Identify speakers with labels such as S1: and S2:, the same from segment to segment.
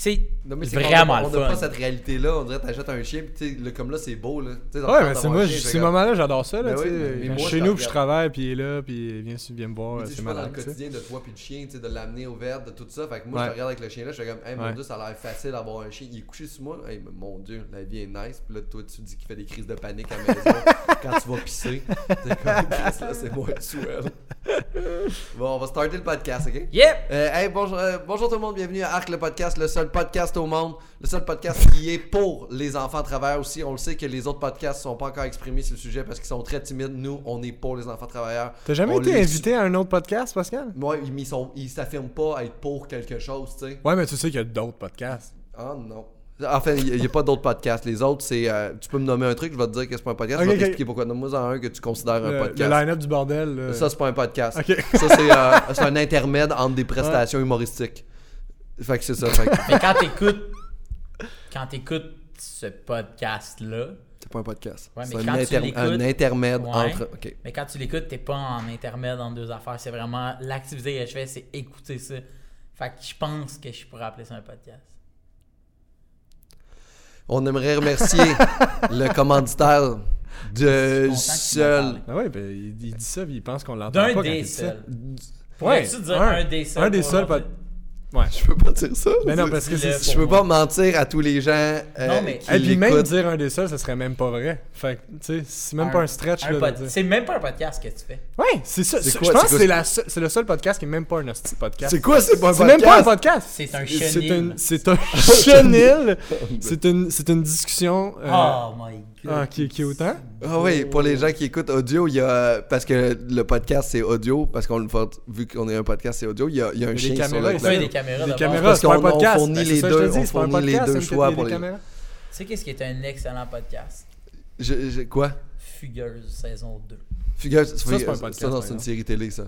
S1: c'est
S2: Non, mais c'est qu'on a-
S1: vraiment le
S2: On n'a
S1: fun.
S2: pas cette réalité-là. On dirait, t'achètes un chien, pis tu sais, le- comme là, c'est beau, là. Tu sais, dans le
S3: Ouais,
S2: temps
S3: mais c'est
S2: d'avoir
S3: moi,
S2: un
S3: j-
S2: chien, je
S3: ces
S2: regarde-
S3: moments-là, j'adore ça. Là,
S2: Ben
S3: tu
S2: oui,
S3: sais,
S2: mais- mais moi,
S3: quand je suis
S2: je
S3: chez nous, puis je
S2: regarde.
S3: travaille, puis il est là, puis il vient, su- vient me voir.
S2: Mais tu sais,
S3: C'est
S2: je suis pas dans le
S3: malade. tu sais.
S2: quotidien de toi puis de chien, tu sais, de l'amener au vert, de tout ça. Fait que moi,
S3: Ouais.
S2: je regarde avec le chien là, je suis comme, hey, mon
S3: Ouais.
S2: dieu, ça a l'air facile d'avoir un chien. Il est couché sur moi. Hey, mais mon dieu, la vie est nice. Puis là, toi, tu dis qu'il fait des crises de panique à la maison quand tu vas pisser. T'es comme, Chris, là, c'est moi, Swell. Bon, on va starter le podcast, ok?
S1: Yep!
S2: Euh, hey, bonjour, euh, bonjour tout le monde, bienvenue à Arc le podcast, le seul podcast au monde, le seul podcast qui est pour les enfants à travers aussi. On le sait que les autres podcasts sont pas encore exprimés sur le sujet parce qu'ils sont très timides. Nous, on est pour les enfants travailleurs.
S3: T'as jamais
S2: On
S3: été
S2: l'est-
S3: invité à un autre podcast, Pascal?
S2: Moi, ils m'y sont- ils s'affirment pas à être pour quelque chose, tu sais.
S3: Ouais, mais tu sais qu'il y a d'autres podcasts.
S2: Ah non. Enfin, il n'y a pas d'autres podcasts. Les autres, c'est. euh, tu peux me nommer un truc, je vais te dire que c'est pas un podcast.
S3: Ok,
S2: je vais
S3: ok.
S2: t'expliquer pourquoi. Nomme-moi en un que tu considères
S3: Le,
S2: un
S3: le
S2: podcast.
S3: line-up du bordel. là.
S2: Ça, c'est pas un podcast.
S3: Ok.
S2: Ça, c'est euh, c'est un intermède entre des prestations humoristiques. Fait que c'est ça. fait que
S1: Mais quand t'écoutes, quand t'écoutes ce podcast-là,
S2: c'est pas un podcast.
S1: Ouais, mais
S2: c'est un,
S1: quand tu
S2: inter-
S1: l'écoutes-
S2: un intermède
S1: Ouais.
S2: entre. Ok.
S1: mais quand tu l'écoutes, t'es pas en intermède entre deux affaires. C'est vraiment l'activité que je fais, c'est écouter ça. Fait que je pense que je pourrais appeler ça un podcast.
S2: On aimerait remercier le commanditaire de
S1: Je suis content que tu m'en
S2: seul.
S1: parles.
S3: Ah ouais, ben, il, il dit ça, puis il pense qu'on l'entend pas
S1: D'un
S3: quand il
S1: des
S3: dit ça.
S1: seuls.
S3: Ouais,
S1: Pourrais-tu dire un, des seuls?
S3: Un des
S1: pour
S3: seuls
S1: aujourd'hui?
S3: pod- Ouais.
S2: Je peux pas dire ça.
S3: Mais non, parce que
S1: Dis-le
S3: c'est.
S1: pour
S2: Je peux
S1: moi.
S2: pas mentir à tous les gens euh,
S1: Non, mais-
S2: qui
S3: Et puis même
S2: l'écoutent.
S3: dire un des seuls, ça serait même pas vrai. Fait que, tu sais, c'est même pas un stretch.
S1: un
S3: là, de
S1: pod-
S3: dire.
S1: C'est même pas un podcast que tu fais.
S3: Ouais, c'est ça.
S2: C'est
S3: C'est-
S2: quoi,
S3: je pense
S2: c'est
S3: que
S2: quoi,
S3: c'est
S2: c'est-
S3: la seule- c'est le seul podcast qui est même pas un hostie de podcast.
S2: C'est quoi, c'est pas un
S3: C'est même pas un
S2: podcast?
S3: podcast.
S1: C'est un
S3: C'est
S1: chenil.
S3: un, c'est un chenil. c'est une, c'est une discussion. euh,
S1: Oh my god.
S3: ah, qui, qui est autant.
S2: Ah oui, pour les gens qui écoutent audio, il y a. Parce que le podcast, c'est audio, parce qu'on le fait- vu qu'on est un podcast, c'est audio, il y a, il y a un
S3: Mais les
S2: chien sur le
S3: caméras, ils
S1: Il fait
S2: clavier.
S1: des caméras
S3: Les
S1: d'abord.
S3: caméras,
S2: parce
S3: c'est pas un
S2: qu'on- on
S3: podcast.
S2: fournit
S3: Ben, c'est
S2: les
S3: ça que je
S2: deux-
S3: te dis,
S2: on
S3: c'est pas un
S2: fournit les
S3: podcast,
S2: deux
S3: c'est une-
S2: choix
S3: des- des
S2: pour les-
S3: caméras.
S1: Tu sais qu'est-ce qui est un excellent podcast?
S2: Je- je- Quoi
S1: Fugueuse saison 2.
S2: Figure, ça,
S3: c'est pas un podcast,
S2: ça, non,
S3: par
S2: c'est une
S3: exemple.
S2: série télé, ça.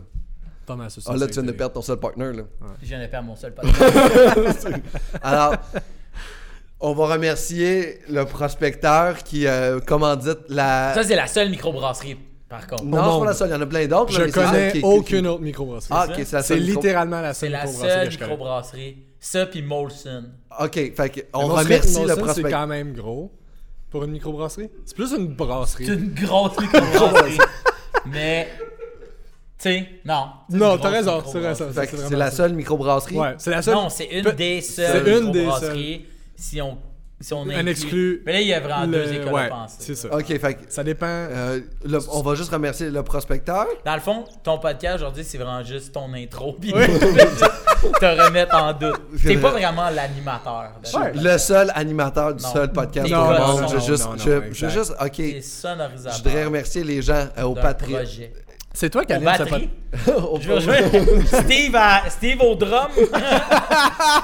S3: Pas mal, ça, ça,
S2: Ah là,
S3: ça,
S2: tu viens de
S3: c'est-
S2: perdre ton seul partner, là.
S1: Je viens de perdre mon seul podcast.
S2: Alors, on va remercier le prospecteur qui, euh, comment dit, la.
S1: Ça, c'est la seule microbrasserie, par contre.
S2: non, c'est pas la seule, il y en a plein d'autres. là,
S3: Je
S2: mais c'est celle qui-
S3: connais
S2: qui-
S3: aucune autre microbrasserie.
S2: Ah, ok, c'est la
S3: C'est
S2: seule. micro-
S3: littéralement la
S1: C'est
S3: seule
S1: la
S3: microbrasserie
S1: seule
S3: que je connais.
S1: microbrasserie. Ça, puis Molson.
S2: Ok, fait que on
S3: Mon Smith
S2: remercie le
S3: Molson, C'est
S2: prospecteur.
S3: quand même gros pour une microbrasserie. C'est plus une brasserie.
S1: C'est une grosse microbrasserie. Mais, tu sais, non. c'est une
S3: Non,
S1: grosse
S3: t'as raison, c'est vrai,
S1: microbrasserie.
S3: ça.
S2: Fait que
S3: c'est
S2: c'est
S3: vraiment
S2: la
S3: ça.
S2: seule microbrasserie.
S3: Ouais, c'est la seule.
S1: Non, c'est une
S3: Pe-
S1: des
S3: c'est
S1: seules
S3: une des
S1: microbrasseries. Si on, si on
S3: On
S1: inclut-
S3: exclut
S1: Mais là, il y a vraiment
S3: le-
S1: deux écoles
S3: ouais,
S1: à penser.
S3: c'est ça.
S2: Ok, fait que
S3: Ça dépend.
S2: Euh, le- on va juste remercier le prospecteur.
S1: Dans le fond, ton podcast aujourd'hui, c'est vraiment juste ton intro. Puis te remettre en doute. T'es pas vraiment l'animateur. de-
S3: Ouais.
S2: Le seul animateur du
S1: Non.
S2: seul podcast
S1: Non,
S2: au
S1: non,
S2: monde.
S1: non,
S2: je veux
S1: non,
S2: juste,
S3: non,
S2: je,
S3: non,
S2: je veux
S3: exact.
S2: juste, ok.
S1: T'es
S2: Je
S1: sonorisateur.
S2: voudrais remercier les gens euh, au
S1: d'un
S2: Patreon.
S1: projet.
S3: C'est toi qui
S1: Au
S3: anime ce
S1: batterie.
S3: pod-
S2: au
S1: Je vais rejoindre Steve, à- Steve au drum.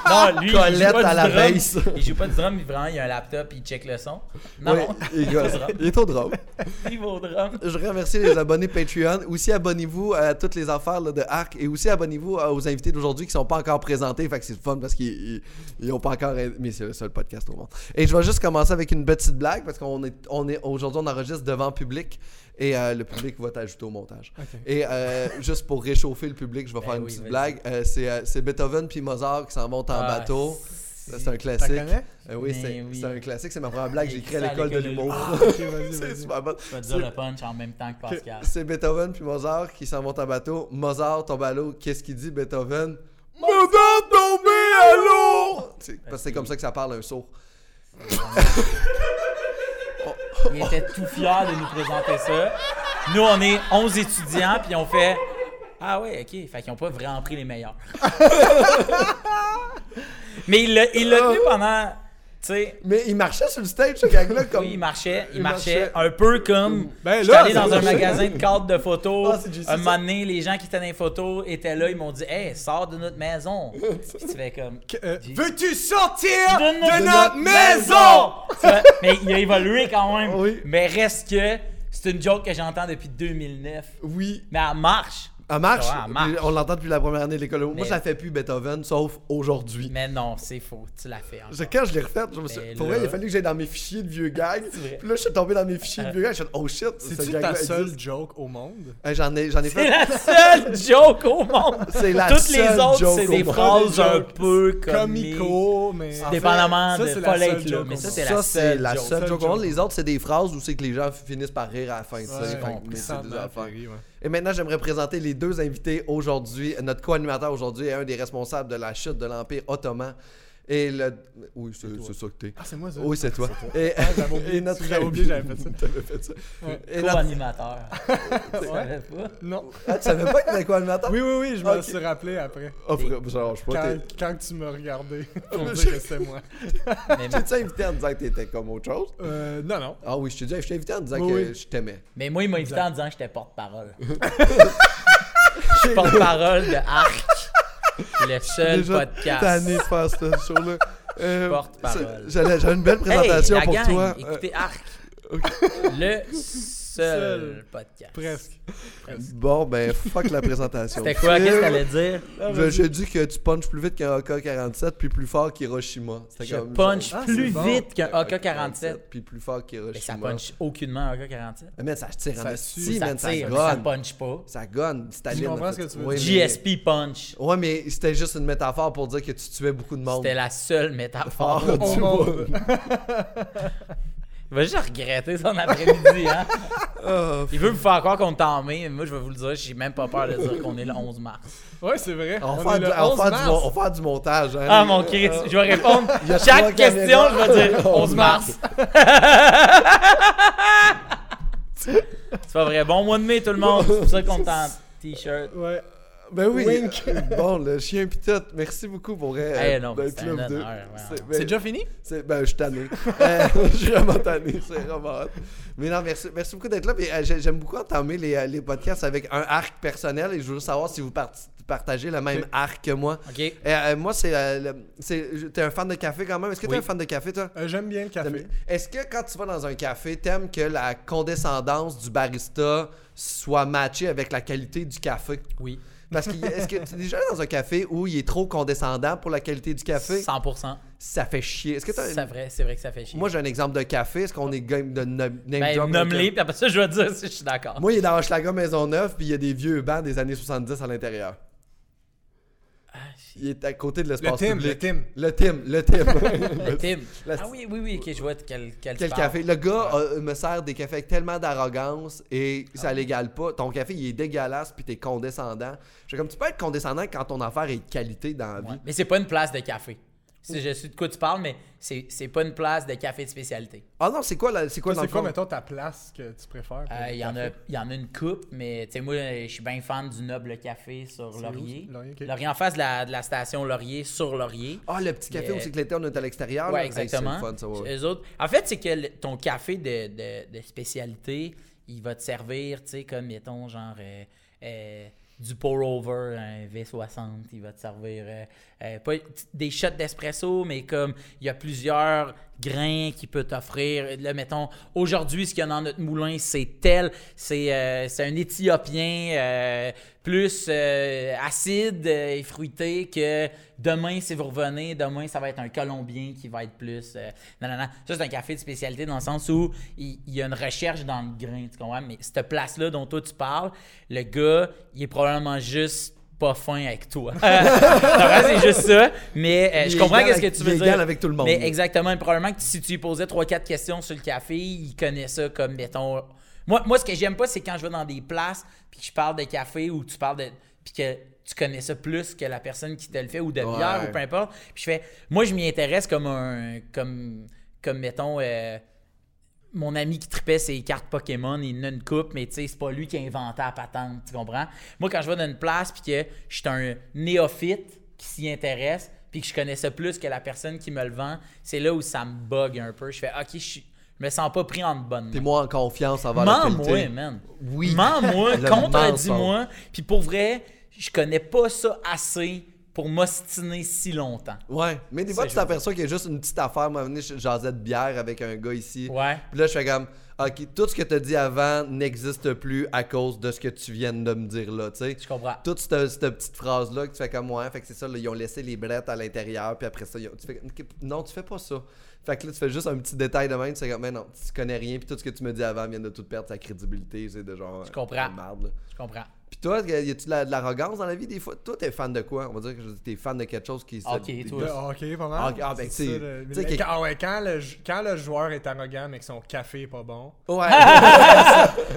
S1: non, lui, il joue
S2: Colette
S1: pas
S2: à
S1: du
S2: la
S1: drum.
S2: baisse.
S1: Il joue pas du drum, mais vraiment, il a un laptop, il check le son. Non,
S2: Oui,
S1: non,
S2: il gosse.
S1: drôle.
S2: Il est trop drôle.
S1: Steve au drum.
S2: Je remercie les abonnés Patreon. Aussi, abonnez-vous à toutes les affaires là, de Arc. Et aussi, abonnez-vous euh, aux invités d'aujourd'hui qui sont pas encore présentés. Fait que c'est le fun parce qu'ils n'ont pas encore. Mais c'est le seul podcast au monde. Et je vais juste commencer avec une petite blague parce qu'on est, on est aujourd'hui, on enregistre devant public. Et euh, le public va t'ajouter au montage.
S3: Ok. Eh
S2: Et euh, juste pour réchauffer le public, je vais
S1: Ben
S2: faire une
S1: oui,
S2: petite
S1: vas-y.
S2: blague. Euh, c'est, euh, c'est Beethoven puis Mozart qui s'en vont en
S1: Ah,
S2: bateau.
S1: si.
S2: Ça, C'est un
S3: T'en
S2: classique.
S3: connais?
S2: Euh, oui,
S1: Mais
S2: c'est,
S1: oui.
S2: c'est un classique. C'est ma première blague que j'ai écrite à l'école de l'humour.
S3: Ah, ok, vas-y,
S2: c'est
S3: vas-y.
S2: super bon.
S1: Je vais te dire le punch en même temps que Pascal.
S2: C'est Beethoven puis Mozart qui s'en vont en bateau. Mozart tombe à l'eau. Qu'est-ce qu'il dit, Beethoven? Mozart tombé à l'eau!
S1: Ben,
S2: C'est, parce que c'est comme ça que ça parle un sourd.
S1: Il était tout fier de nous présenter ça. Nous, on est 11 étudiants, puis on fait. Ah ouais, ok. Fait qu'ils ont pas vraiment pris les meilleurs. Mais il l'a il l'a tenu pendant. Tu sais,
S2: Mais il marchait sur le stage, ce gag-là, comme...
S1: Oui, il marchait, il,
S2: il
S1: marchait,
S2: marchait.
S1: un peu comme.
S3: Ben
S1: J'étais
S3: là,
S1: allé
S3: ça
S1: dans un
S3: marchait.
S1: magasin de cartes de photos.
S2: Ah, c'est juste
S1: un
S2: ça.
S1: moment donné, les gens qui étaient dans les photos étaient là, ils m'ont dit Hey, sors de notre maison. Puis tu fais comme.
S3: Que- euh,
S1: Dis-
S3: Veux-tu sortir
S1: De notre-
S3: de
S2: notre
S3: notre maison?
S1: Tu vois, mais il a évolué quand même.
S2: Oui.
S1: Mais reste que c'est une joke que j'entends depuis 2009.
S2: Oui.
S1: Mais elle marche.
S2: Elle marche.
S1: Ouais, elle marche.
S2: On l'entend depuis la première année de l'école. Moi,
S1: Mais-
S2: je la fais plus, Beethoven, sauf aujourd'hui.
S1: Mais non, c'est faux. Tu hein. l'as fait.
S2: Je-
S1: encore.
S2: Quand je l'ai refaite, je me suis
S1: Mais
S2: pour vrai,
S1: là-
S2: il a fallu que j'aille dans mes fichiers de vieux gags.
S1: vrai.
S2: Puis là, je suis tombé dans mes fichiers de vieux gags. Je suis oh shit, ce
S3: C'est-tu
S2: gag-là
S3: ta
S2: existe.
S3: seule joke au monde?
S2: Hey, J'en ai, j'en ai
S1: C'est
S2: fait.
S1: la seule joke au monde.
S2: C'est la
S1: Toutes
S2: seule
S1: les autres,
S2: joke
S1: c'est
S2: au
S1: des
S2: monde.
S1: phrases un
S3: Joke
S1: peu comiques.
S3: Comico, mais...
S2: En fait,
S1: Dépendamment
S3: ça,
S1: de
S3: c'est la
S1: pas
S3: seule
S1: l'être là.
S3: joke
S1: Mais
S3: au
S1: ça,
S3: monde.
S1: c'est la
S2: c'est
S1: seule
S2: la
S1: joke.
S2: seule
S3: Seule
S2: joke au monde.
S3: joke.
S2: Les autres, c'est des phrases où c'est que les gens finissent par rire à la fin. tu sais.
S3: Ouais,
S2: Fait que-
S1: compris.
S2: mais c'est des
S3: Sandman
S2: affaires.
S3: Ferry, ouais.
S2: Et maintenant, j'aimerais présenter les deux invités aujourd'hui. Notre co-animateur aujourd'hui est un des responsables de la chute de l'Empire ottoman. Et le... Oui, c'est c'est ça que t'es.
S3: Ah, c'est moi, ça.
S2: Oui, c'est toi. Et,
S3: j'avais oublié.
S2: et notre...
S3: J'avais oublié, j'avais fait ça.
S2: T'avais fait ça.
S3: Ouais.
S2: Et notre-
S1: Co-animateur. Tu savais pas?
S3: Non.
S2: Ah, tu savais pas que t'étais co-animateur?
S3: Oui, oui, oui, je me
S2: Ok.
S3: suis rappelé après.
S2: Oh, frère, genre, je sais pas,
S3: Quand,
S2: t'es-
S3: quand tu me regardais, pour dire que c'était moi.
S1: Mais,
S2: T'es-tu invité en disant que t'étais comme autre chose?
S3: Euh, non, non.
S2: Ah oui, je te dis, je t'ai invité en disant
S3: Oui,
S2: que
S3: oui.
S2: je t'aimais.
S1: mais moi, il m'a invité en disant que j'étais porte-parole. Je suis porte-parole de Arc. Le seul podcast.
S2: de faire ce show-là. Euh,
S1: Porte-parole.
S2: ça- J'allais j'avais une belle
S1: Hey,
S2: présentation
S1: la
S2: pour
S1: gang,
S2: toi. Euh,
S1: Écoutez Arc.
S2: ok.
S1: Le seul podcast.
S3: Presque.
S2: Euh, Bon, ben, fuck la présentation.
S1: C'était quoi? Qu'est-ce que t'allais dire?
S2: Je- J'ai dit que tu punches plus vite qu'un AK-47 puis plus fort qu'Hiroshima. C'était
S1: Je
S2: comme-
S1: punch
S3: Ah, c'est
S1: plus
S3: bon.
S1: vite qu'un
S2: AK-47,
S1: AK-47.
S2: Puis plus fort
S1: Mais ça
S2: qu'Hiroshima.
S1: punch aucunement un AK-47.
S2: Mais man, ça tire en
S3: Ça
S2: esti,
S3: tue,
S1: ça
S2: man, ça
S1: tire, mais ça
S2: gonne.
S1: punch pas.
S2: Ça gonne, c'est
S3: Je comprends ce que tu veux dire.
S1: GSP punch.
S2: Ouais, mais c'était juste une métaphore pour dire que tu tuais beaucoup de monde.
S1: C'était la seule métaphore.
S2: Ah,
S3: Au
S2: tu vois.
S3: monde.
S1: Il va juste regretter son après-midi, hein?
S2: Ah, f-
S1: Il veut me faire croire qu'on est en mai, mais moi, je vais vous le dire, j'ai même pas peur de dire qu'on est le 11 mars.
S3: Ouais, c'est vrai.
S2: On va
S3: est
S2: faire du-
S3: le
S2: on
S3: 11
S2: va faire du
S3: mars. Euh,
S2: mon- on va faire du montage. hein.
S1: Ah, mon Christ, je vais répondre
S2: Il y a trois
S1: chaque question,
S2: caméras. Oh,
S1: je vais dire 11 mars. C'est pas vrai. Bon mois de mai, tout le monde. C'est pour ça qu'on est en T-shirt.
S3: Ouais.
S2: Ben oui.
S3: Wink.
S2: bon, le chien pitote, merci beaucoup pour euh,
S1: Eh non, mais
S2: d'être
S1: c'est un
S2: là, vous deux.
S1: honneur, ouais.
S2: C'est- ben,
S3: C'est déjà fini?
S2: c'est- ben, je suis tanné. Euh, je suis vraiment tanné, c'est vraiment hot. Mais non, merci, merci beaucoup d'être là. Puis, euh, j'ai- J'aime beaucoup entamer les, euh, les podcasts avec un arc personnel et je veux savoir si vous part- partagez le même
S3: Ok.
S2: arc que moi.
S1: OK?
S2: Euh, euh, moi, c'est. euh, le- c'est- je- T'es un fan de café quand même. Est-ce que t'es
S1: Oui.
S2: un fan de café, toi?
S3: Euh, J'aime bien le café.
S2: T'aimes- Est-ce que quand tu vas dans un café, t'aimes que la condescendance du barista soit matchée avec la qualité du café?
S1: Oui.
S2: Parce que est-ce que tu es déjà allé dans un café où il est trop condescendant pour la qualité du café?
S1: 100%.
S2: Ça fait chier. Est-ce que t'as-
S1: C'est vrai, c'est vrai que ça fait chier.
S2: Moi, j'ai un exemple de café. Est-ce qu'on est game de nom- name
S1: ben,
S2: drop?
S1: nomme-les, puis après ça, je vais te dire si je suis d'accord.
S2: Moi, il est dans Hochelaga Maisonneuve, puis il y a des vieux bancs des années 70 à l'intérieur.
S1: Ah,
S2: Il est à côté de
S3: Le
S2: l'espace
S3: Tim, le
S2: public.
S3: Tim.
S2: Le Tim, le Tim.
S1: Le Tim.
S2: La-
S1: Ah oui, oui, oui, ok, je vois de quel, quel, tu
S2: Quel
S1: parles.
S2: café? Le gars euh, me sert des cafés avec tellement d'arrogance et
S1: Ah.
S2: ça l'égale pas. Ton café, il est dégueulasse puis t'es condescendant. Je suis comme, tu peux être condescendant quand ton affaire est de qualité dans la vie.
S1: Ouais. Mais c'est pas une place de café. C'est- Je sais de quoi tu parles, mais c'est c'est pas une place de café de spécialité.
S2: Ah non, c'est quoi, la- c'est quoi dans
S3: Toi, C'est
S2: le
S3: quoi,
S2: fond?
S3: mettons, ta place que tu préfères? pour
S1: Euh,
S3: le
S1: Il y en a-
S3: café?
S1: il y, en a une coupe, mais tu sais, moi, je suis bien fan du Noble Café sur
S3: C'est
S1: Laurier.
S3: où, Laurier, ok.
S1: Laurier en face de la, de la station Laurier sur Laurier.
S2: Ah, le petit café
S1: Mais-
S2: où c'est que l'été, on est à l'extérieur. là.
S1: Ouais,
S2: Hey, c'est le
S1: exactement.
S2: fun, ça, ouais, ouais.
S1: Eux autres, en fait, c'est que le- ton café de, de- de spécialité, il va te servir, tu sais, comme, mettons, genre, euh, euh, du pour-over, un V60, il va te servir euh, euh, pas, des shots d'espresso, mais comme il y a plusieurs grains qu'il peut t'offrir. Là, mettons, aujourd'hui, ce qu'il y a dans notre moulin, c'est tel, c'est euh, c'est un Éthiopien euh, plus euh, acide euh, et fruité que demain, si vous revenez, demain, ça va être un Colombien qui va être plus. euh, non, non, non. Ça, c'est un café de spécialité dans le sens où il, il y a une recherche dans le grain, tu comprends? Mais cette place-là dont toi tu parles, le gars, il est probablement juste pas fin avec toi. Vraiment, c'est juste ça, mais euh,
S2: Il
S1: je
S2: est
S1: comprends
S2: égal
S1: ce que
S2: avec-
S1: tu
S2: il
S1: veux
S2: est
S1: dire.
S2: égal avec tout le monde.
S1: Mais exactement, probablement que si tu lui posais 3-4 questions sur le café, il connaît ça comme, mettons... Moi, moi ce que j'aime pas, c'est quand je vais dans des places puis que je parle de café ou tu parles de... puis que tu connais ça plus que la personne qui te le fait ou de
S2: Ouais.
S1: bière ou peu importe. Puis je fais... Moi, je m'y intéresse comme un... Comme, comme mettons... euh, mon ami qui tripait ses cartes Pokémon, il en a une coupe, mais tu sais, c'est pas lui qui a inventé la patente, tu comprends? Moi, quand je vais dans une place puis que je suis un néophyte qui s'y intéresse, puis que je connaissais plus que la personne qui me le vend, c'est là où ça me bug un peu. Je fais, OK, je, suis- je me sens pas pris en bonne main.
S2: T'es moins en confiance envers la
S1: Mens-moi,
S2: qualité.
S1: man.
S2: Oui.
S1: Mens-moi,
S2: Le
S1: contredis-moi. Puis pour vrai, je connais pas ça assez pour m'ostiner si longtemps.
S2: Ouais, mais des fois,
S1: C'est
S2: tu t'aperçois qu'il y a juste une petite affaire. Moi, à un moment donné, je jasais de bière avec un gars ici.
S1: Ouais.
S2: Puis là, je fais comme, OK, tout ce que tu as dit avant n'existe plus à cause de ce que tu viens de me dire là, tu sais.
S1: Je comprends.
S2: Toute cette, cette petite phrase-là que tu fais comme moi, fait que c'est ça, là, ils ont laissé les brettes à l'intérieur, puis après ça, ils ont- tu fais comme, Ok, non, tu fais pas ça. Fait que là, tu fais juste un petit détail de même, tu fais comme, mais non, tu connais rien, puis tout ce que tu me dis avant vient de tout perdre sa crédibilité, c'est de genre.
S1: Je comprends.
S2: de merde, là.
S1: Je comprends.
S2: Puis toi, y a-tu de la- de l'arrogance dans la vie des fois Toi, t'es fan de quoi On va dire que je- t'es fan de quelque chose qui. se-
S1: Ok,
S2: des-
S1: toi.
S3: Le hockey, pas
S2: Ah,
S3: mal.
S2: ok, ah, ben,
S3: C'est
S2: t'sais,
S3: ça, le-
S2: t'sais,
S3: le-
S2: qu'il-
S3: Ah ouais, quand le, jou- quand le joueur est arrogant mais que son café est pas bon.
S2: Ouais. Ben,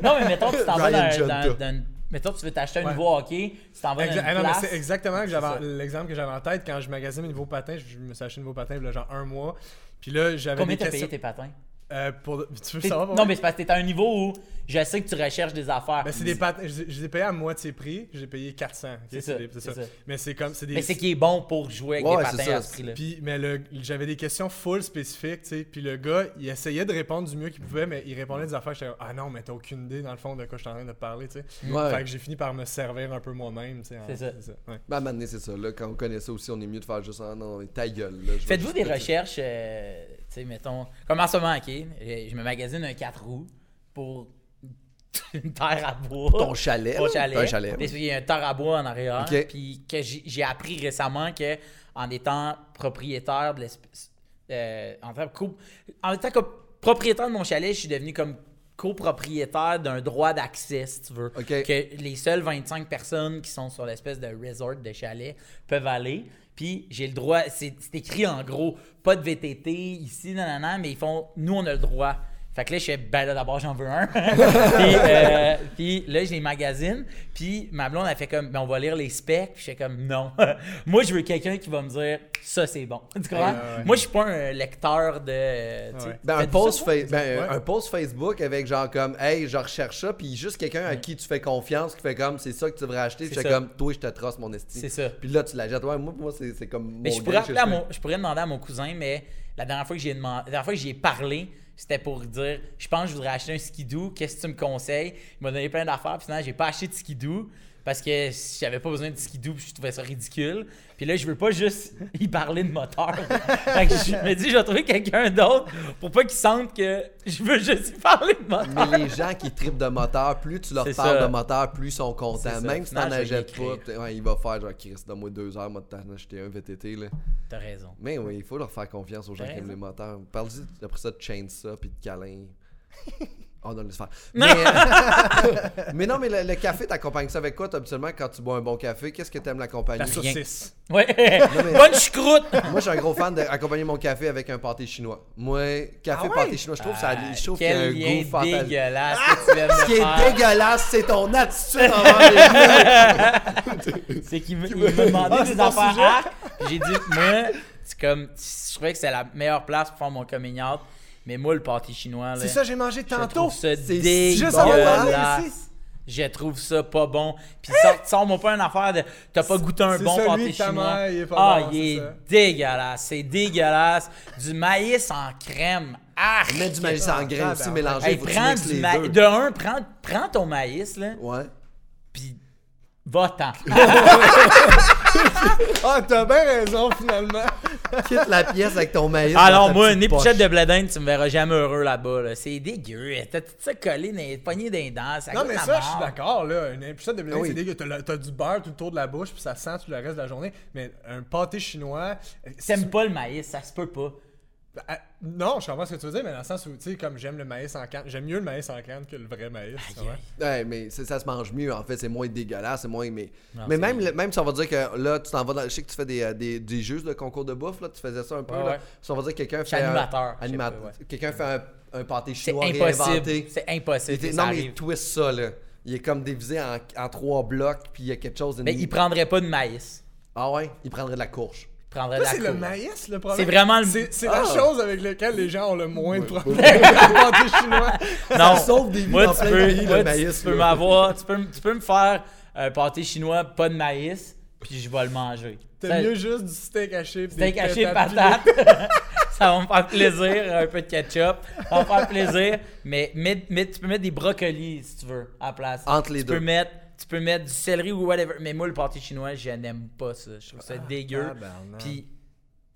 S1: Non, mais mettons, tu t'en vas
S2: Ryan
S1: dans,
S2: Junta.
S1: dans, dans- Mettons, tu veux t'acheter un
S3: Ouais.
S1: nouveau hockey, tu t'en vas dans
S3: Exa-
S1: une
S3: ah non, mais
S1: place.
S3: c'est exactement que
S1: C'est
S3: j'avais-
S1: ça.
S3: l'exemple que j'avais en tête quand je magasinais mes nouveaux patins. Je me suis acheté un nouveau patin, il y a genre un mois. Puis là, j'avais
S1: Combien
S3: des
S1: t'as
S3: questions.
S1: payé tes patins?
S3: Euh, pour... Tu veux
S1: T'es-
S3: savoir? pour
S1: Non,
S3: vrai?
S1: mais c'est parce que t'es à un niveau où je sais que tu recherches des affaires.
S3: Ben, c'est des patins. Je, je les ai payés à moitié prix. J'ai payé 400. ok?
S1: C'est
S3: C'est
S1: ça,
S3: des-
S1: c'est ça.
S3: Mais c'est comme. C'est des.
S1: Mais c'est qui est bon pour jouer avec
S2: Ouais,
S1: des
S2: c'est
S1: patins
S2: ça.
S1: à ce prix-là.
S3: Puis, mais le- j'avais des questions full spécifiques, tu sais. Puis le gars, il essayait de répondre du mieux qu'il pouvait, mais il répondait des affaires. J'étais comme, ah non, mais t'as aucune idée dans le fond de quoi je suis en train de te parler, tu sais.
S2: Ouais.
S3: Fait que j'ai fini par me servir un peu moi-même, tu sais. en-
S1: C'est ça.
S3: ouais.
S2: Ben, à un moment donné, c'est ça. Là, quand on connaît ça aussi, on est mieux de faire juste ah, non, ta gueule. là, je veux
S1: Faites-vous
S2: juste
S1: des
S2: te dire.
S1: recherches, euh, tu sais, mettons, comme en ce moment, ok, je je me magasine un 4 roues pour une terre à bois.
S2: Ton chalet.
S1: Mon
S2: là?
S1: chalet.
S2: Un chalet.
S1: Parce qu'il y a un terre à bois en arrière.
S2: Ok.
S1: Puis que j'ai j'ai appris récemment que en étant propriétaire de l'espèce. euh, en, tant que co- en tant que propriétaire de mon chalet, je suis devenu comme copropriétaire d'un droit d'accès, si tu veux.
S2: Ok.
S1: Que les seules 25 personnes qui sont sur l'espèce de resort de chalet peuvent aller. Puis j'ai le droit, c'est c'est écrit en gros, pas de VTT ici, nanana, mais ils font, nous on a le droit. Fait que là, je fais, ben là, d'abord, j'en veux un. puis, euh, puis là, je les magasine. Puis ma blonde, elle fait comme, ben on va lire les specs. Puis je fais comme, non. Moi, je veux quelqu'un qui va me dire, ça, c'est bon. Tu comprends?
S3: ouais, ouais.
S1: Moi, je suis pas un lecteur de. euh, tu sais,
S3: Ouais.
S2: Ben, un,
S1: faites-vous
S2: post
S1: ça,
S2: fa- ben,
S3: Ouais.
S2: un post Facebook avec genre comme Hey, je recherche ça, puis juste quelqu'un à qui tu fais confiance qui fait comme c'est ça que tu devrais acheter, puis
S1: C'est
S2: c'est
S1: ça.
S2: comme toi, je te trace mon estime.
S1: C'est ça.
S2: Puis là, tu la jettes. Ouais, moi, pour moi c'est c'est comme.
S1: Mais
S2: mon
S1: je pourrais,
S2: gars que
S1: appeler à mon- je pourrais demander à mon cousin, mais la dernière fois que j'ai demandé, la dernière fois que j'y ai parlé, c'était pour dire je pense que je voudrais acheter un skidoo, qu'est-ce que tu me conseilles Il m'a donné plein d'affaires, puis finalement, j'ai pas acheté de skidoo parce que j'avais pas besoin de skidoo, puis je trouvais ça ridicule. Puis là, je veux pas juste y parler de moteur. fait que je me dis je vais trouver quelqu'un d'autre pour pas qu'il sente que je veux juste y parler de moteur.
S2: Mais les gens qui tripent de moteur, plus tu leur
S1: C'est
S2: parles
S1: ça.
S2: de moteur, plus ils sont
S1: C'est ça.
S2: contents. Même si
S1: Finalement,
S2: t'en
S1: je vais
S2: achètes
S1: l'écrire.
S2: pas, t'es- ouais, il va faire genre Chris, donne-moi deux heures, moi de t'en acheter un VTT. Là.
S1: T'as raison.
S2: Mais oui, il faut leur faire confiance aux gens
S1: T'as
S2: qui aiment
S1: raison.
S2: les moteurs. Parle-y après ça de chainsaw puis de câlin. Oh non, laisse faire.
S1: Non.
S2: Mais, euh, mais non, mais le, le café, t'accompagnes ça avec quoi, toi, habituellement, quand tu bois un bon café? Qu'est-ce que t'aimes l'accompagner?
S3: La saucisse.
S1: Ouais.
S2: mais-
S1: Bonne choucroute.
S2: Moi, je suis un gros fan d'accompagner mon café avec un pâté chinois. Moi, café,
S3: Ah ouais?
S2: pâté chinois, je trouve, ça, je trouve qu'il y a un
S1: Ah, Quel lien
S2: goût fantastique.
S1: dégueulasse que tu viens de
S2: Ce qui
S1: faire.
S2: est dégueulasse, c'est ton attitude envers les gens.
S1: C'est qu'il me, il me demandait
S3: Ah, c'est
S1: des
S3: ton
S1: affaires
S3: sujet?
S1: hack. puis J'ai dit, moi, c'est comme, je trouvais que c'est la meilleure place pour faire mon coming out. Mais moi, le pâté chinois, là,
S3: C'est ça, j'ai mangé
S1: je
S3: tantôt.
S1: trouve ça
S2: C'est
S3: Juste avant de parler
S1: dégueulasse.
S3: ici.
S1: Je trouve ça pas bon. Puis sort- sors-moi pas une affaire de t'as pas goûté un
S3: c'est
S1: bon
S3: celui
S1: pâté
S3: de ta
S1: chinois.
S3: mère, il est pas
S1: ah,
S3: bon,
S1: il
S3: c'est
S1: est
S3: ça.
S1: dégueulasse. C'est dégueulasse. Du maïs en crème. Ah!
S2: Mets du maïs en grain aussi
S3: tabarnak.
S2: mélangé.
S1: Hey,
S2: faut que tu
S1: prends
S2: mixes
S1: du
S2: les
S1: maïs.
S2: deux.
S1: De un, prends, prends ton maïs, là,
S2: Ouais.
S1: puis va-t'en.
S3: Ah, t'as bien raison finalement.
S2: Quitte la pièce avec ton maïs.
S1: Alors,
S2: dans ta
S1: Ah moi, une
S2: petite
S1: épluchette
S2: poche.
S1: de blé d'Inde, tu me verras jamais heureux là-bas. là. C'est dégueu. T'as tout ça collé dans les poignées d'un dents. Ça
S3: Non,
S1: goûte
S3: mais
S1: la
S3: ça, je suis
S1: mort.
S3: d'accord, là. Une impuissance de blé,
S2: oui.
S3: c'est dégueu. T'as le- T'as du beurre tout autour de la bouche, puis ça sent tout le reste de la journée. Mais un pâté chinois. euh, si
S1: T'aimes
S3: tu-
S1: pas le maïs, ça se peut pas.
S3: Ah, Non, je comprends ce que tu veux dire, mais dans le sens où, tu sais, comme j'aime le maïs en canne, j'aime mieux le maïs en canne que le vrai maïs. tu vois.
S1: aïe.
S2: Ouais, mais c'est- ça se mange mieux, en fait. C'est moins dégueulasse, c'est moins. Mais,
S1: Non,
S2: mais
S1: c'est
S2: même, le- même si on va dire que là, tu t'en vas dans. Je sais que tu fais des, euh, des, des juges de concours de bouffe, là. Tu faisais ça un peu,
S1: Ouais,
S2: là.
S1: ouais.
S2: Si on va dire que quelqu'un
S1: suis
S2: fait. un-
S1: animateur, je sais
S2: anima-
S1: pas, ouais.
S2: Quelqu'un fait un, un pâté
S1: C'est
S2: chinois réinventé.
S1: impossible. C'est
S2: Il
S1: impossible.
S2: était-
S1: que ça
S2: non, mais il
S1: arrive.
S2: twist ça, là. Il est comme divisé en, en trois blocs, puis il y a quelque chose.
S1: Mais il prendrait pas de maïs.
S2: Ah ouais, il prendrait de la courche.
S1: Il prendrait
S3: Là,
S1: de la
S3: c'est le
S1: cour.
S3: maïs le problème.
S1: C'est vraiment le-
S3: C'est c'est
S2: Ah.
S3: la chose avec laquelle les gens ont le moins de problèmes. le pâté chinois.
S1: Non.
S2: sauve des vies
S1: moi,
S2: dans
S1: tu
S2: plein
S1: peux,
S2: de pays, le
S1: moi, tu-
S2: maïs,
S1: Tu peux
S2: là.
S1: m'avoir, tu peux, m- tu peux me faire un pâté chinois, pas de maïs, puis je vais le manger. Ça-
S3: T'as mieux juste du steak haché. pis des
S1: Steak haché
S3: patates
S1: patate. ça va me faire plaisir, un peu de ketchup. Ça va me faire plaisir, mais, mets- mets- tu peux mettre des brocolis si tu veux à la place.
S2: Entre les
S1: tu
S2: deux.
S1: Peux mettre, tu peux mettre du Ah, céleri ou whatever. Mais moi, le pâté chinois, je n'aime pas ça. Je trouve ça dégueu.
S3: tabarnak.
S1: Puis,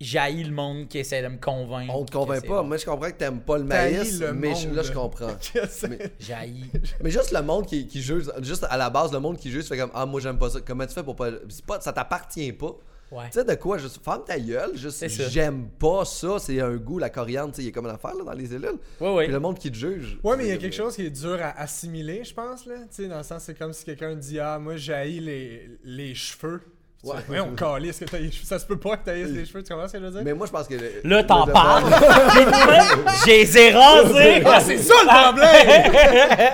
S1: j'haïs le monde qui essaie de me convaincre.
S2: On te
S1: que
S2: convainc
S1: c'est
S2: pas.
S1: bon.
S2: Moi, je comprends que t'aimes pas le
S3: T'haïs
S2: maïs,
S3: le
S2: mais je-
S3: monde.
S2: là, je comprends.
S3: Qu'est-ce que
S2: Mais-
S3: c'est?
S1: J'haïs.
S2: Mais juste le monde qui, qui juge, juste à la base, le monde qui juge, tu fais comme Ah, moi, j'aime pas ça. Comment tu fais pour pas. c'est pas- ça t'appartient pas.
S1: Ouais.
S2: Tu sais, de quoi Juste ferme ta gueule, juste
S1: C'est ça.
S2: j'aime pas ça. C'est un goût, la coriandre, tu sais, il y a comme une affaire là, dans les cellules.
S1: Ouais, ouais.
S2: Puis le monde qui te juge. Euh,
S3: Ouais, mais il y a quelque chose qui est dur à assimiler, je pense, là. Tu sais, dans le sens, c'est comme si quelqu'un dit Ah, moi, j'haïs les, les cheveux. Tu
S2: Ouais.
S3: fais, Ouais, on calisse que t'as les cheveux. Ça se peut pas que t'haïsses les cheveux, tu comprends ce que je veux dire?
S2: Mais moi, je pense que. le-
S1: Là,
S2: le
S1: t'en
S2: devoir-
S1: parles. J'ai les ai rasés.
S3: Ah, c'est ça le problème!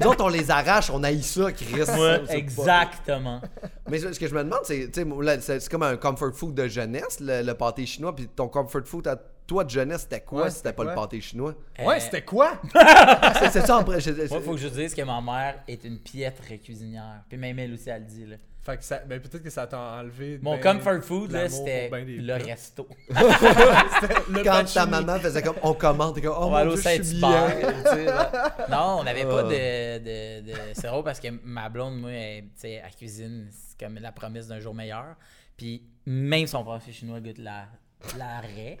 S2: Nous autres, on les arrache, on haït ça, Chris.
S1: Ouais,
S2: C'est pas-
S1: exactement.
S2: Mais ce ce que je me demande, c'est, tu sais, moi, là, c'est c'est comme un comfort food de jeunesse, le, le pâté chinois. Puis ton comfort food à toi de jeunesse, c'était quoi
S3: Ouais,
S2: si c'était
S3: c'était
S2: pas le
S3: quoi?
S2: pâté chinois?
S1: Euh,
S3: ouais, c'était quoi?
S2: Ah, c'est, c'est ça, en... je- je-
S1: Moi, faut que je dise que ma mère est une piètre cuisinière. Puis même elle aussi, elle le dit. Là.
S3: Fait que ça, ben, peut-être que ça t'a enlevé.
S1: Mon
S3: ben,
S1: comfort food, là,
S3: l'amour
S1: c'était
S3: pour ben des
S1: le
S3: plats.
S1: resto.
S3: C'était
S2: quand
S3: le
S2: ta
S3: pachini.
S2: maman faisait comme on commande, t'es comme oh
S1: On va aller
S2: mon
S1: au
S2: dieu, je suis bien.
S1: Saint-Hubert. tu sais, là. Non, on n'avait pas
S2: Ah.
S1: de, de, de sirop parce que ma blonde, moi, elle, tu sais, elle cuisine c'est comme la promesse d'un jour meilleur. Puis même son français chinois goûte la, la raie.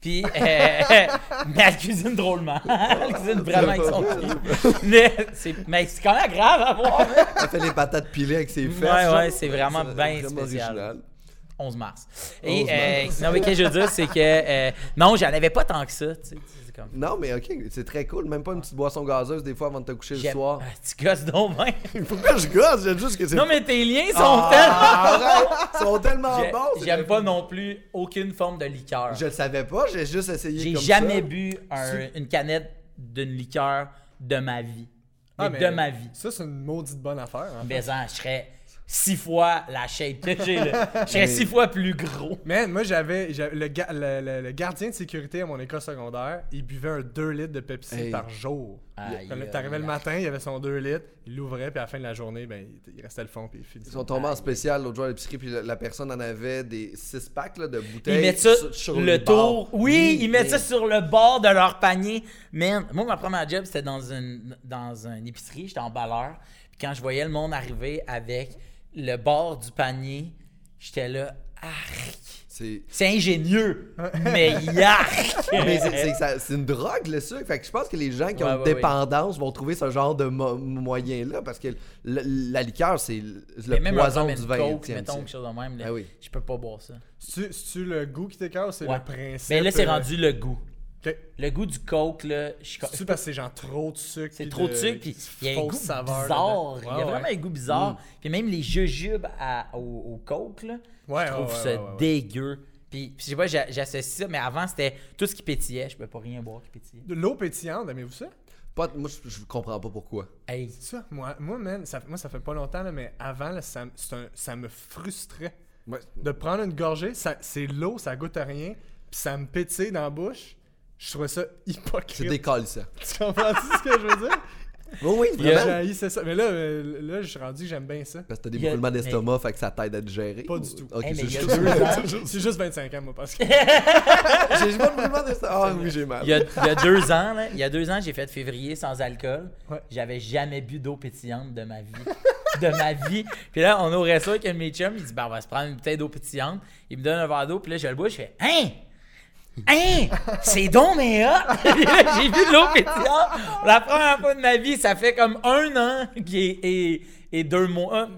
S1: Puis, euh, mais elle cuisine drôlement. elle cuisine vraiment avec son pied. Mais c'est mais c'est quand même grave à voir.
S2: Elle fait les patates pilées avec ses fesses.
S1: Ouais,
S2: genre.
S1: ouais, c'est vraiment bien spécial. 11 mars. Et
S2: 11
S1: euh,
S2: mars.
S1: non, mais qu'est-ce que je veux dire, c'est que euh, non, j'en avais pas tant que ça. Tu sais, c'est comme,
S2: Non, mais ok, c'est très cool. Même pas une petite boisson gazeuse des fois avant de te coucher le
S1: j'aime-
S2: soir.
S1: Ah, tu gosses donc bien.
S2: Pourquoi je gosse J'aime juste que c'est.
S1: Non, mais tes liens sont
S2: Ah, arrête, Ils sont tellement
S1: tellement. J'ai-
S2: bons. c'est
S1: J'aime
S2: très
S1: pas
S2: cool.
S1: non plus aucune forme de liqueur.
S2: Je le savais pas, j'ai juste essayé.
S1: J'ai
S2: comme
S1: jamais
S2: ça.
S1: bu un- une canette d'une liqueur de ma vie.
S3: Ah,
S1: Mais
S3: mais
S1: De ma vie.
S3: Ça, c'est une maudite bonne affaire. en fait.
S1: Mais en, je serais six fois la shape que j'ai là. Je serais six fois plus gros.
S3: Man, moi, j'avais. j'avais- Le, ga- le- le- le gardien de sécurité à mon école secondaire, il buvait un 2 litres de Pepsi
S2: Hey.
S3: par jour.
S1: Aïe,
S3: Quand
S1: aïe,
S3: T'arrivais le
S1: aïe.
S3: matin, il avait son 2 litres, il l'ouvrait, puis à la fin de la journée, ben, il- il restait le fond, puis il finissait.
S2: Ils sont tombés en spécial l'autre jour à l'épicerie, puis la, la personne en avait des six packs là, de bouteilles.
S1: Ils mettent ça
S2: sur- sur
S1: le
S2: les
S1: tour.
S2: bords.
S1: Oui, ils mettent
S2: mais-
S1: ça sur le bord de leur panier. Man, moi, ma première job, c'était dans une, dans une épicerie. J'étais en balleur. Puis quand je voyais le monde arriver avec le bord du panier, j'étais là, arc.
S2: C'est.
S1: C'est ingénieux, mais yark!
S2: Mais c'est- c'est que ça- c'est une drogue, le sucre. Fait que je pense que les gens qui
S1: Ouais,
S2: ont une
S1: ouais, ouais.
S2: dépendance vont trouver ce genre de mo- moyen-là parce que le- la liqueur, c'est le
S1: Mais même un
S2: poison
S1: rum and
S2: du vin.
S1: coke, mettons quelque chose de même, là,
S2: Ah oui.
S1: je peux pas boire ça.
S3: C'est-tu c'est-tu le goût qui t'écœure ou c'est
S1: Ouais.
S3: le principe?
S1: Mais là, c'est
S3: euh,
S1: rendu le goût.
S3: ok.
S1: Le goût du coke, là, je suis co-
S3: C'est-tu parce que c'est genre trop de sucre?
S1: C'est
S3: puis
S1: trop de sucre, puis il y a un goût
S3: fausse
S1: bizarre.
S3: saveur dedans?
S1: il y
S3: Ouais,
S1: a
S3: ouais. Mm.
S1: vraiment un goût bizarre. Puis même les jujubes à, au, au coke, là,
S3: Ouais,
S1: je trouve
S3: ouais, ouais,
S1: ça
S3: ouais, ouais.
S1: dégueu. Puis, puis je sais pas, j'a- j'associe ça, mais avant, c'était tout ce qui pétillait. Je peux pas rien boire qui pétillait.
S3: De L'eau pétillante, aimez-vous ça?
S2: Pas- moi, je, je comprends pas pourquoi.
S1: Hey,
S3: Ça, moi, moi, man, ça, moi, ça fait pas longtemps, là, mais avant, là, ça, m- c'est un- ça me frustrait.
S2: Ouais.
S3: De prendre une gorgée, ça- c'est l'eau, ça goûte à rien, puis ça me pétille dans la bouche. Je trouvais ça
S2: C'est
S3: hypocrite.
S2: décalissant.
S3: Tu comprends ce que je veux dire?
S2: Oui, oui,
S1: y a-
S2: vraiment.
S3: J'ai haï, c'est ça. Mais là, euh, là, je suis rendu que j'aime bien ça.
S2: Parce que t'as des
S1: il y a-
S2: brûlements d'estomac, fait que ça t'aide à digérer.
S3: Pas du tout.
S2: Ok,
S1: Hey, mais
S2: c'est
S1: il y a
S2: juste-
S1: deux ans-
S3: C'est juste 25 ans, moi, parce que.
S2: J'ai pas de brûlement d'estomac. Ah oui, j'ai mal.
S1: Il y, a, il y a deux ans, là, il y a deux ans, j'ai fait février sans alcool.
S3: Ouais.
S1: J'avais jamais bu d'eau pétillante de ma vie. de ma vie. Puis là, on est au resto avec un de mes chums. Il dit, ben, on va se prendre une bouteille d'eau pétillante. Il me donne un verre d'eau. Puis là, je le bois. Je fais, hein? Hein? C'est donc, mais hot! Puis là, j'ai bu de l'eau pétillante. La première fois de ma vie, ça fait comme un an et, et, et deux mois,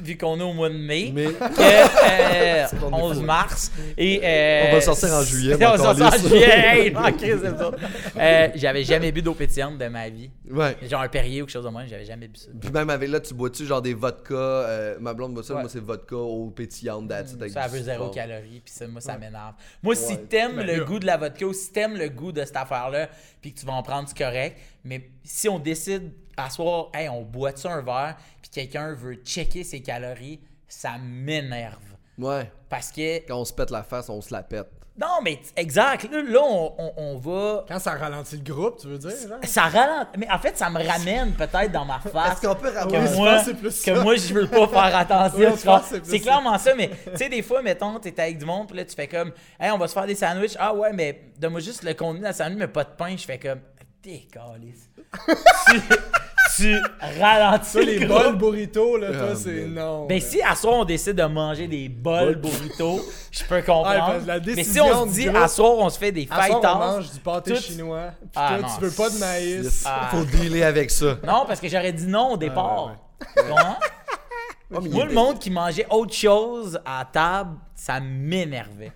S1: vu qu'on est au mois de mai.
S2: Mais
S1: que, euh,
S2: C'est qu'on est
S1: 11
S2: fou.
S1: mars. Et, euh,
S2: On va le sortir en juillet,
S1: On va le sortir en
S2: encore
S1: juillet. Hey, non, ok, c'est ça. Euh, j'avais jamais bu d'eau pétillante de ma vie.
S2: ouais.
S1: Genre un Perrier ou quelque chose de même, j'avais jamais bu ça.
S2: Puis même avec là, tu bois-tu genre des vodkas euh, ma blonde boit ça,
S1: Ouais.
S2: moi c'est vodka au pétillante d'acide avec
S1: Ça
S2: du
S1: veut zéro
S2: citron.
S1: calorie, puis ça, moi, ça m'énerve. Moi, si
S2: Ouais.
S1: t'aimes
S3: Ben
S1: le
S3: là.
S1: goût de la vodka ou si t'aimes le goût de cette affaire-là, puis que tu vas en prendre, c'est correct. Mais si on décide à soir, hey, on boit-tu un verre, puis quelqu'un veut checker ses calories, ça m'énerve.
S2: Ouais.
S1: Parce que.
S2: Quand on se pète la face, on se la pète.
S1: Non, mais t- exact. Là, là, on- on- on va.
S3: Quand ça ralentit le groupe, tu veux dire? genre?
S1: Ça ralentit. Mais en fait, ça me ramène peut-être dans ma face.
S2: Est-ce qu'on peut
S1: que,
S2: ramener
S3: Ouais, je
S1: moi,
S3: pense que c'est plus
S1: que
S3: ça.
S1: moi, je veux pas faire attention.
S3: Ouais, je
S1: tu comprends?
S3: pense que c'est plus
S1: c'est
S3: ça.
S1: clairement ça, mais tu sais, des fois, mettons, t'es avec du monde, puis là, tu fais comme, hey, on va se faire des sandwichs. Ah ouais, mais donne-moi juste le contenu de la sandwich, mais pas de pain. Je fais comme, t'es calisse. tu, tu ralentis
S3: Ça,
S1: le
S3: les
S1: groupe.
S3: bols burrito, là,
S2: Ah,
S3: toi, c'est
S2: man.
S3: non.
S1: Ben, si à soir on décide de manger des bols burritos, je peux comprendre.
S3: parce que la
S1: mais si
S3: décision
S1: on se
S3: du
S1: dit
S3: groupe-
S1: à soir on se fait des
S3: à soir, on
S1: fajitas.
S3: mange du pâté
S1: tout-
S3: chinois, puis
S1: Ah,
S3: toi,
S1: non.
S3: tu veux pas de maïs.
S1: Ah.
S2: Faut dealer avec ça.
S1: Non, parce que j'aurais dit non au départ. Tu comprends?
S2: Ah, mais il
S1: Moi,
S2: est-
S1: le monde qui mangeait autre chose à table, ça m'énervait.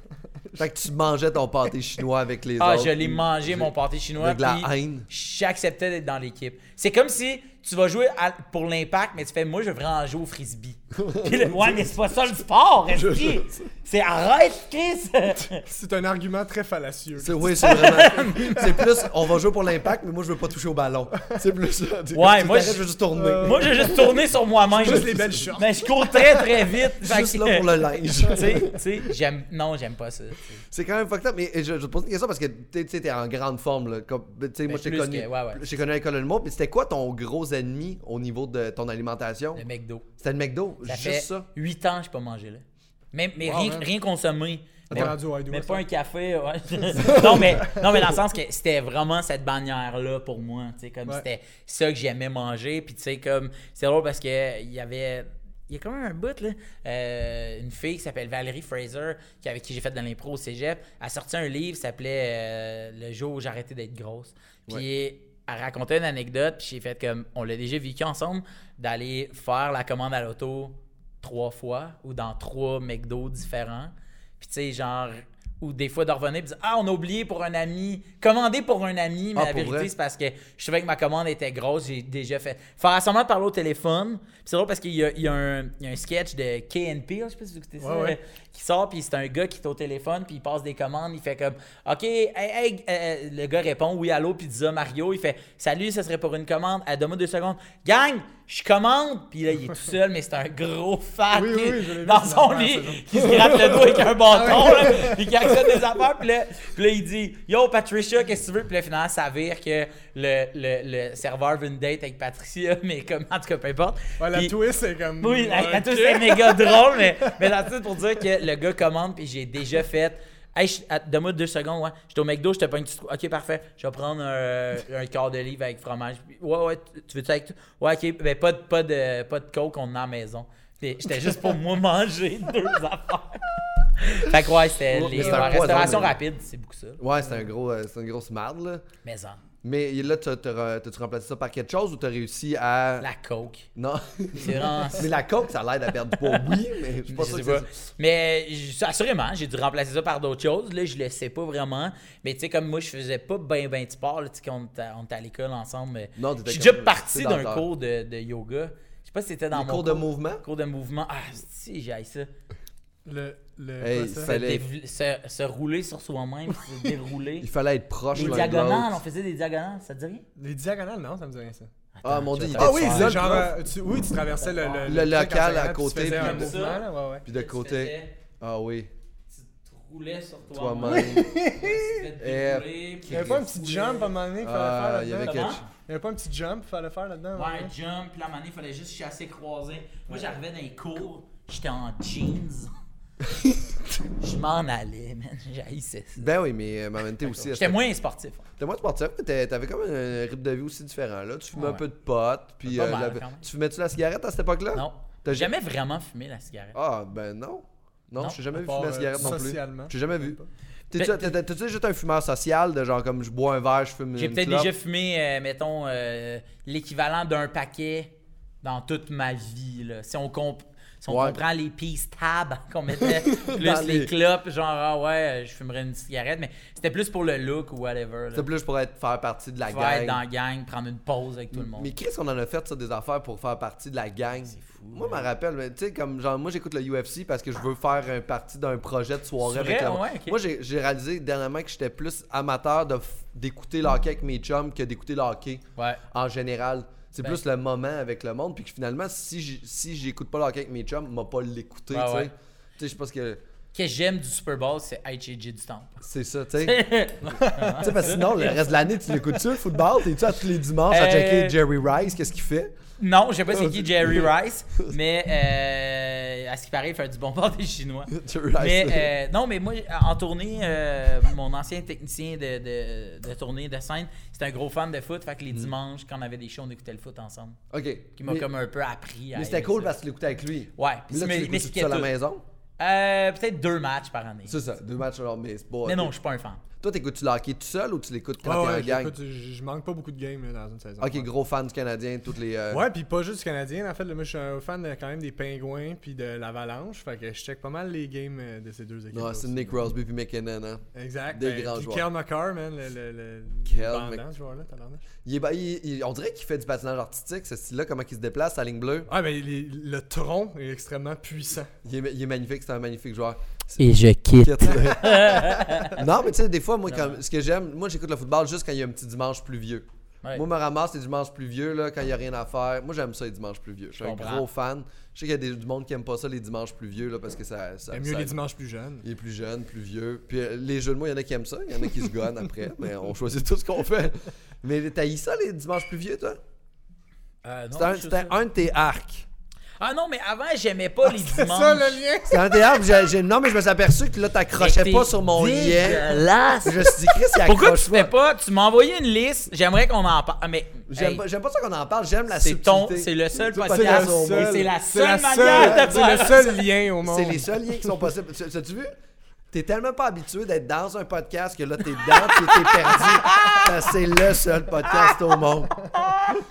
S2: Fait que tu mangeais ton pâté chinois avec les
S1: Ah,
S2: autres.
S1: je l'ai mangé, mon pâté chinois.
S2: Avec de la
S1: puis
S2: haine.
S1: J'acceptais d'être dans l'équipe. C'est comme si tu vas jouer à- pour l'impact, mais tu fais, moi, je veux vraiment jouer au frisbee. Puis le- ouais, mais c'est pas ça le sport, Esti. C'est arrête, Chris.
S3: C'est un argument très fallacieux.
S2: C'est, oui, c'est vraiment. c'est plus, on va jouer pour l'impact, mais moi, je veux pas toucher au ballon. C'est plus ça. Tu-
S1: Ouais,
S2: tu
S1: moi,
S2: t'arrêtes,
S1: je- Euh,
S2: je veux juste tourner.
S1: moi, j'ai juste tourné sur moi-même.
S3: Juste les belles shorts.
S1: Mais je cours très, très vite. Fait
S2: juste
S1: que-
S2: là pour le linge.
S1: tu sais, tu sais, j'aime. Non, j'aime pas ça. tu sais.
S2: C'est quand même fucked up, mais je, je te pose une question parce que tu sais, t'es en grande forme. Là, comme, tu sais, moi, je t'ai
S1: Ben, plus
S2: connu,
S1: que- ouais, ouais.
S2: je t'ai connu à l'école de l'humour, mais c'était quoi ton gros ennemi au niveau de ton alimentation?
S1: Le McDo.
S2: C'était le McDo,
S1: Ça
S2: juste
S1: fait
S2: ça.
S1: 8 ans que je peux pas mangé là. Même, mais
S3: Wow,
S1: rien,
S3: man.
S1: rien consommé.
S3: T'es rendu au Hideaway,
S1: mais
S3: ça.
S1: pas un café. ouais. non, mais, non, mais dans le sens que c'était vraiment cette bannière-là pour moi. tu sais, Comme
S3: Ouais.
S1: C'était ça que j'aimais manger. Puis tu sais, comme. C'est drôle parce que il y avait. Il y a quand même un bout, là. Euh, une fille qui s'appelle Valérie Fraser, qui, avec qui j'ai fait de l'impro au cégep, a sorti un livre qui s'appelait euh, Le jour où j'arrêtais d'être grosse. Puis elle racontait une anecdote, puis j'ai fait comme. On l'a déjà vécu ensemble, d'aller faire la commande à l'auto trois fois ou dans trois McDo différents. Puis tu sais, genre, ou des fois de revenir et dire Ah, on a oublié pour un ami, commander pour un ami, mais
S2: Ah,
S1: la
S2: pour vrai?
S1: vérité, c'est parce que je savais que ma commande était grosse, j'ai déjà fait. Faire semblant de parler au téléphone. Puis c'est drôle parce qu'il y a, il y a un, il y a un sketch de KNP, je sais pas si vous écoutez ça,
S3: Ouais, ouais.
S1: euh, qui sort, puis c'est un gars qui est au téléphone, puis il passe des commandes, il fait comme OK, hey, hey, euh, le gars répond Oui, allô, puis dit Mario, il fait Salut, ça serait pour une commande, à donne-moi deux secondes, gang, je commande, puis là, il est tout seul, mais c'est un gros fan
S3: Oui, oui, oui, je l'ai vu,
S1: dans
S3: c'est
S1: son
S3: normal,
S1: lit,
S3: ça, genre.
S1: qui se gratte le dos avec un
S3: Ah
S1: bâton, là, puis qui accepte des affaires, puis là, puis là, il dit Yo, Patricia, qu'est-ce que tu veux Puis là, finalement, ça vire que le, le, le serveur veut une date avec Patricia, mais comme, en tout cas, peu importe.
S3: Ouais, la
S1: Puis-
S3: twist, c'est comme.
S1: oui, la, la
S3: Mm, Ok.
S1: touche est méga drôle, mais, mais dans le titre, pour dire que le gars commande, puis j'ai déjà fait. Hey, je- att- donne-moi deux secondes, ouais. J'étais au McDo, je te pogne du trou. Ok, parfait. Je vais prendre un, un quart de livre avec fromage. Ouais, ouais, tu- tu veux-tu avec tout? Ouais, ok. Ben, pas de, pas de, pas de coke, on en a à la maison. Puis J'étais juste pour moi manger deux affaires. Fait que ouais, c'était les
S2: Ouais, Oh, mais c'est un
S1: ouais,
S2: poison,
S1: restauration
S2: mais-
S1: rapide, c'est beaucoup ça.
S2: Ouais, c'était, un gros, euh, c'était une grosse merde, là.
S1: Maison.
S2: Mais là, t'as, t'as- t'as-tu remplacé ça par quelque chose ou t'as réussi à.
S1: La coke.
S2: Non.
S1: C'est vraiment
S2: mais la coke, ça l'aide à perdre du poids, oui, mais je suis pas
S1: Je
S2: sûr
S1: sais
S2: que
S1: pas.
S2: c'est-
S1: Mais je- assurément, j'ai dû remplacer ça par d'autres choses. Là, je le sais pas vraiment. Mais tu sais, comme moi, je faisais pas ben ben de sport. Là, tu sais, quand on était- on était à l'école ensemble. mais
S2: Non,
S1: je
S2: t'étais
S1: suis
S2: comme-
S1: déjà parti
S2: t'étais dans
S1: d'un
S2: le
S1: cours de, de yoga. Je sais pas si c'était dans
S2: Les
S1: mon
S2: cours de mouvement.
S1: cours de mouvement. Ah, si, j'ai ça.
S3: Le. le
S2: Hey,
S3: quoi, ça?
S2: fallait- Les-
S1: Dév- se, se rouler sur soi-même, se dérouler.
S2: Il fallait être proche
S1: Les
S2: l'un de
S1: diagonales, on
S2: l'autre.
S1: faisait des diagonales, ça te dit rien?
S3: Les diagonales, non, ça me dit rien, ça.
S2: Ah mon dieu, il
S1: tu
S2: était
S1: vas
S3: Ah oui,
S2: seul,
S3: c'est
S2: le
S3: genre.
S2: prof.
S3: euh, tu- oui, tu traversais
S2: Le
S3: le. truc en
S2: local à
S3: diagonale, puis tu
S2: côté,
S3: faisais
S2: puis
S3: un
S2: comme
S1: ça.
S3: mouvement, là, ouais, ouais.
S2: Puis de
S1: Tu
S2: côté.
S1: faisais-
S2: Ah oui.
S1: Tu te roulais sur toi-même.
S2: Toi-même. euh,
S1: Tu te déroulais,
S3: Il
S1: puis
S3: n'y avait pas un petit jump à un moment donné qu'il fallait faire
S2: Ah,
S3: là-dedans.
S2: il y avait quelque
S1: là-dedans.
S2: chose.
S3: Il y avait pas un petit jump qu'il fallait faire là-dedans.
S1: Ouais, jump, puis la manée, il fallait juste chasser, croiser. Moi, j'arrivais dans les cours, j'étais en jeans. je m'en allais, man. J'haïssais ça.
S2: Ben oui, mais euh, mais en même temps aussi.
S1: J'étais moins sportif. hein.
S2: T'es moins sportif, mais t'es- t'avais comme un rythme de vie aussi différent. Là. Tu fumais
S1: Ah Ouais.
S2: un peu de potes, puis
S1: Pas
S2: euh,
S1: mal,
S2: la-
S1: quand même.
S2: tu fumais-tu la cigarette à cette époque-là?
S1: Non.
S2: T'as
S1: J'ai jamais vraiment fumé la cigarette.
S2: Ah, ben non. Non,
S1: Non,
S2: j'ai jamais
S3: à
S2: vu
S3: part,
S2: fumer la
S3: euh,
S2: cigarette non plus.
S3: socialement.
S2: J'ai jamais vu.
S3: pas.
S2: T'es-tu
S1: Ben,
S2: t'es- t'es- t'es-tu juste un fumeur social, de genre comme je bois un verre, je fume une
S1: J'ai peut-être
S2: clope?
S1: déjà fumé, euh, mettons, euh, l'équivalent d'un paquet dans toute ma vie. Là. Si on, comp- si on
S2: Ouais.
S1: comprend les peace tabs qu'on mettait, plus
S2: Dans les-
S1: les clopes, genre, ah ouais, euh, je fumerais une cigarette, mais c'était plus pour le look ou whatever. là.
S2: C'était plus pour être, faire partie de la
S1: Faire être dans
S2: gang.
S1: la gang, prendre une pause avec tout le monde.
S2: Mais qu'est-ce qu'on en a fait, ça, des affaires pour faire partie de la gang?
S1: fou,
S2: Moi, je me rappelle, mais tu sais, comme genre, moi, j'écoute le UFC parce que je veux faire un partie d'un projet de soirée
S1: C'est
S2: avec
S1: vrai?
S2: la
S1: Ouais, ok.
S2: Moi, j'ai j'ai réalisé dernièrement que j'étais plus amateur de f- d'écouter le hockey avec mes chums que d'écouter le hockey
S1: Ouais.
S2: en général. C'est
S1: Ben.
S2: plus le moment avec le monde, puis que finalement, si j'- si j'écoute pas le hockey avec mes chums, m'a pas l'écouter,
S1: Ben Ouais,
S2: tu sais.
S1: ouais.
S2: Tu sais, je pense que.
S1: que j'aime du Super Bowl, c'est HJ du Temple.
S2: C'est ça, tu sais. Tu sais, parce que sinon, le reste de l'année, tu l'écoutes-tu, le football? T'es-tu à tous les dimanches à
S1: Euh,
S2: checker Jerry Rice? Qu'est-ce qu'il fait?
S1: non, je sais pas c'est qui Jerry Rice, mais euh, à ce qui paraît, il fait du bon bord des Chinois.
S2: Jerry Rice.
S1: Mais euh, non, mais moi, en tournée, euh, mon ancien technicien de, de- de tournée de scène, c'était un gros fan de foot. Fait que les dimanches, quand on avait des shows, on écoutait le foot ensemble.
S2: OK.
S1: Qui m'a
S2: Mm. Mais-
S1: comme un peu appris. à
S2: Mais c'était
S1: aimer
S2: cool
S1: ça.
S2: parce que tu l'écoutais avec lui.
S1: Ouais, puis il m'e-
S2: Mais là, tu
S1: il
S2: l'écoutes tout
S1: m'expliquait
S2: seul à la
S1: tout.
S2: maison?
S1: Euh, Peut-être deux matchs par année.
S2: C'est ça, deux matchs alors, mais c'est pas...
S1: Mais non, je suis pas un fan.
S2: Toi, t'écoutes-tu le hockey tout seul ou tu l'écoutes quand
S3: Ouais,
S2: t'es en
S3: ouais,
S2: gang?
S3: j'écoute, je, je manque pas beaucoup de games là, dans une saison.
S2: Ok,
S3: Ouais.
S2: gros fan du Canadien, toutes les... euh,
S3: Ouais, puis pas juste du Canadien. En fait, là, moi, je suis un fan euh, quand même des Pingouins puis de l'Avalanche. Fait que je check pas mal les games euh, de ces deux équipes.
S2: Non, c'est Nick Crosby puis McKinnon, hein.
S3: Exact.
S2: Des grands
S3: puis
S2: joueurs.
S3: Kel McCarr, man, le, le, le
S2: Kel
S3: bandant,
S2: Mc-
S3: ce joueur-là, tabarnak.
S2: Il est ba- il- il- on dirait qu'il fait du patinage artistique, ce style-là, comment il se déplace, sa ligne bleue.
S3: Ah, mais les- le tronc est extrêmement puissant.
S2: Il est, il est magnifique, c'est un magnifique joueur.
S1: Et je quitte.
S2: non, mais tu sais, des fois, moi,
S1: Non.
S2: quand- ce que j'aime, moi, j'écoute le football juste quand il y a un petit dimanche pluvieux.
S1: Ouais.
S2: Moi, me ramasse les dimanches pluvieux, là, quand il n'y a rien à faire. Moi, j'aime ça, les dimanches pluvieux. Je suis
S1: Je
S2: un
S1: comprends.
S2: gros fan. Je sais qu'il y a des, du monde qui aime pas ça, les dimanches pluvieux, là, parce que ça. ça-
S3: T'aimes mieux
S2: ça-
S3: les dimanches plus jeunes.
S2: Il est plus jeune, plus vieux. Puis euh, les jeux de mots, il y en a qui aiment ça, il y en a qui se gonnent après, mais on choisit tout ce qu'on fait. Mais t'as ça les dimanches plus vieux, toi?
S1: Euh, non,
S2: C'était un,
S1: je-
S2: c'était un Ah, de tes arcs.
S1: Ah non, mais avant, j'aimais pas les
S3: C'est
S1: dimanches.
S3: ça le lien!
S2: C'était un des arcs, j'ai- j'ai- non, mais je me suis aperçu que là, t'accrochais
S1: Mais
S2: pas
S1: t'es
S2: sur mon lien.
S1: dégueulasse.
S2: Je me suis dit, Chris, il
S1: Pourquoi
S2: accroche
S1: tu fais pas Tu m'as envoyé une liste. J'aimerais qu'on en parle. Ah, Mais
S2: J'aime
S1: hey,
S2: pas- j'aime pas ça qu'on en parle, j'aime la
S1: c'est ton,
S2: subtilité.
S1: c'est le seul
S2: C'est pas
S1: podcast.
S2: la seule.
S1: et C'est la
S3: C'est la
S1: seule manière
S3: seule-
S1: de
S3: c'est le
S1: faire.
S3: seul lien au monde.
S2: C'est les seuls liens qui sont possibles. Tu- As-tu vu? T'es tellement pas habitué d'être dans un podcast que là, t'es dedans puis t'es perdu. Parce que c'est le seul podcast au monde.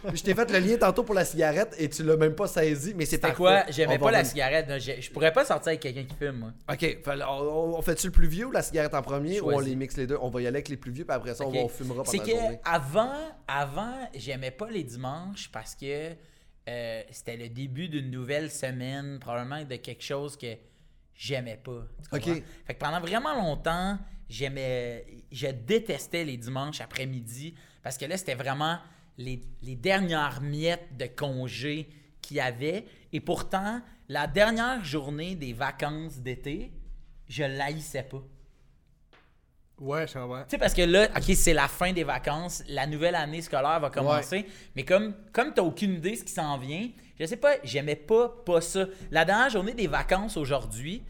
S2: Puis je t'ai fait le lien tantôt pour la cigarette et tu l'as même pas saisi, mais c'est
S1: C'était
S2: parfait.
S1: quoi
S2: On
S1: J'aimais
S2: va
S1: pas la
S2: revenir.
S1: cigarette. là. J'ai- Je pourrais pas sortir avec quelqu'un qui fume, moi.
S2: OK, fait- on, on- on fait-tu le plus vieux ou la cigarette en premier ou on
S1: Choisis.
S2: les mixe les deux? On va y aller avec les plus vieux puis après ça,
S1: Ok.
S2: on, va- on fumera pendant
S1: C'est
S2: la
S1: que
S2: journée.
S1: avant, avant, j'aimais pas les dimanches parce que euh, c'était le début d'une nouvelle semaine, probablement de quelque chose que j'aimais pas. tu
S2: Ok.
S1: comprends? Fait que pendant vraiment longtemps, j'aimais, je détestais les dimanches après-midi parce que là, c'était vraiment les, les dernières miettes de congé qu'il y avait. Et pourtant, la dernière journée des vacances d'été, je l'haïssais pas.
S3: Ouais, je comprends.
S1: Tu sais, parce que là, OK, c'est la fin des vacances, la nouvelle année scolaire va commencer, mais comme, comme t'as aucune idée de ce qui s'en vient, je sais pas, j'aimais pas, pas ça. La dernière journée des vacances aujourd'hui,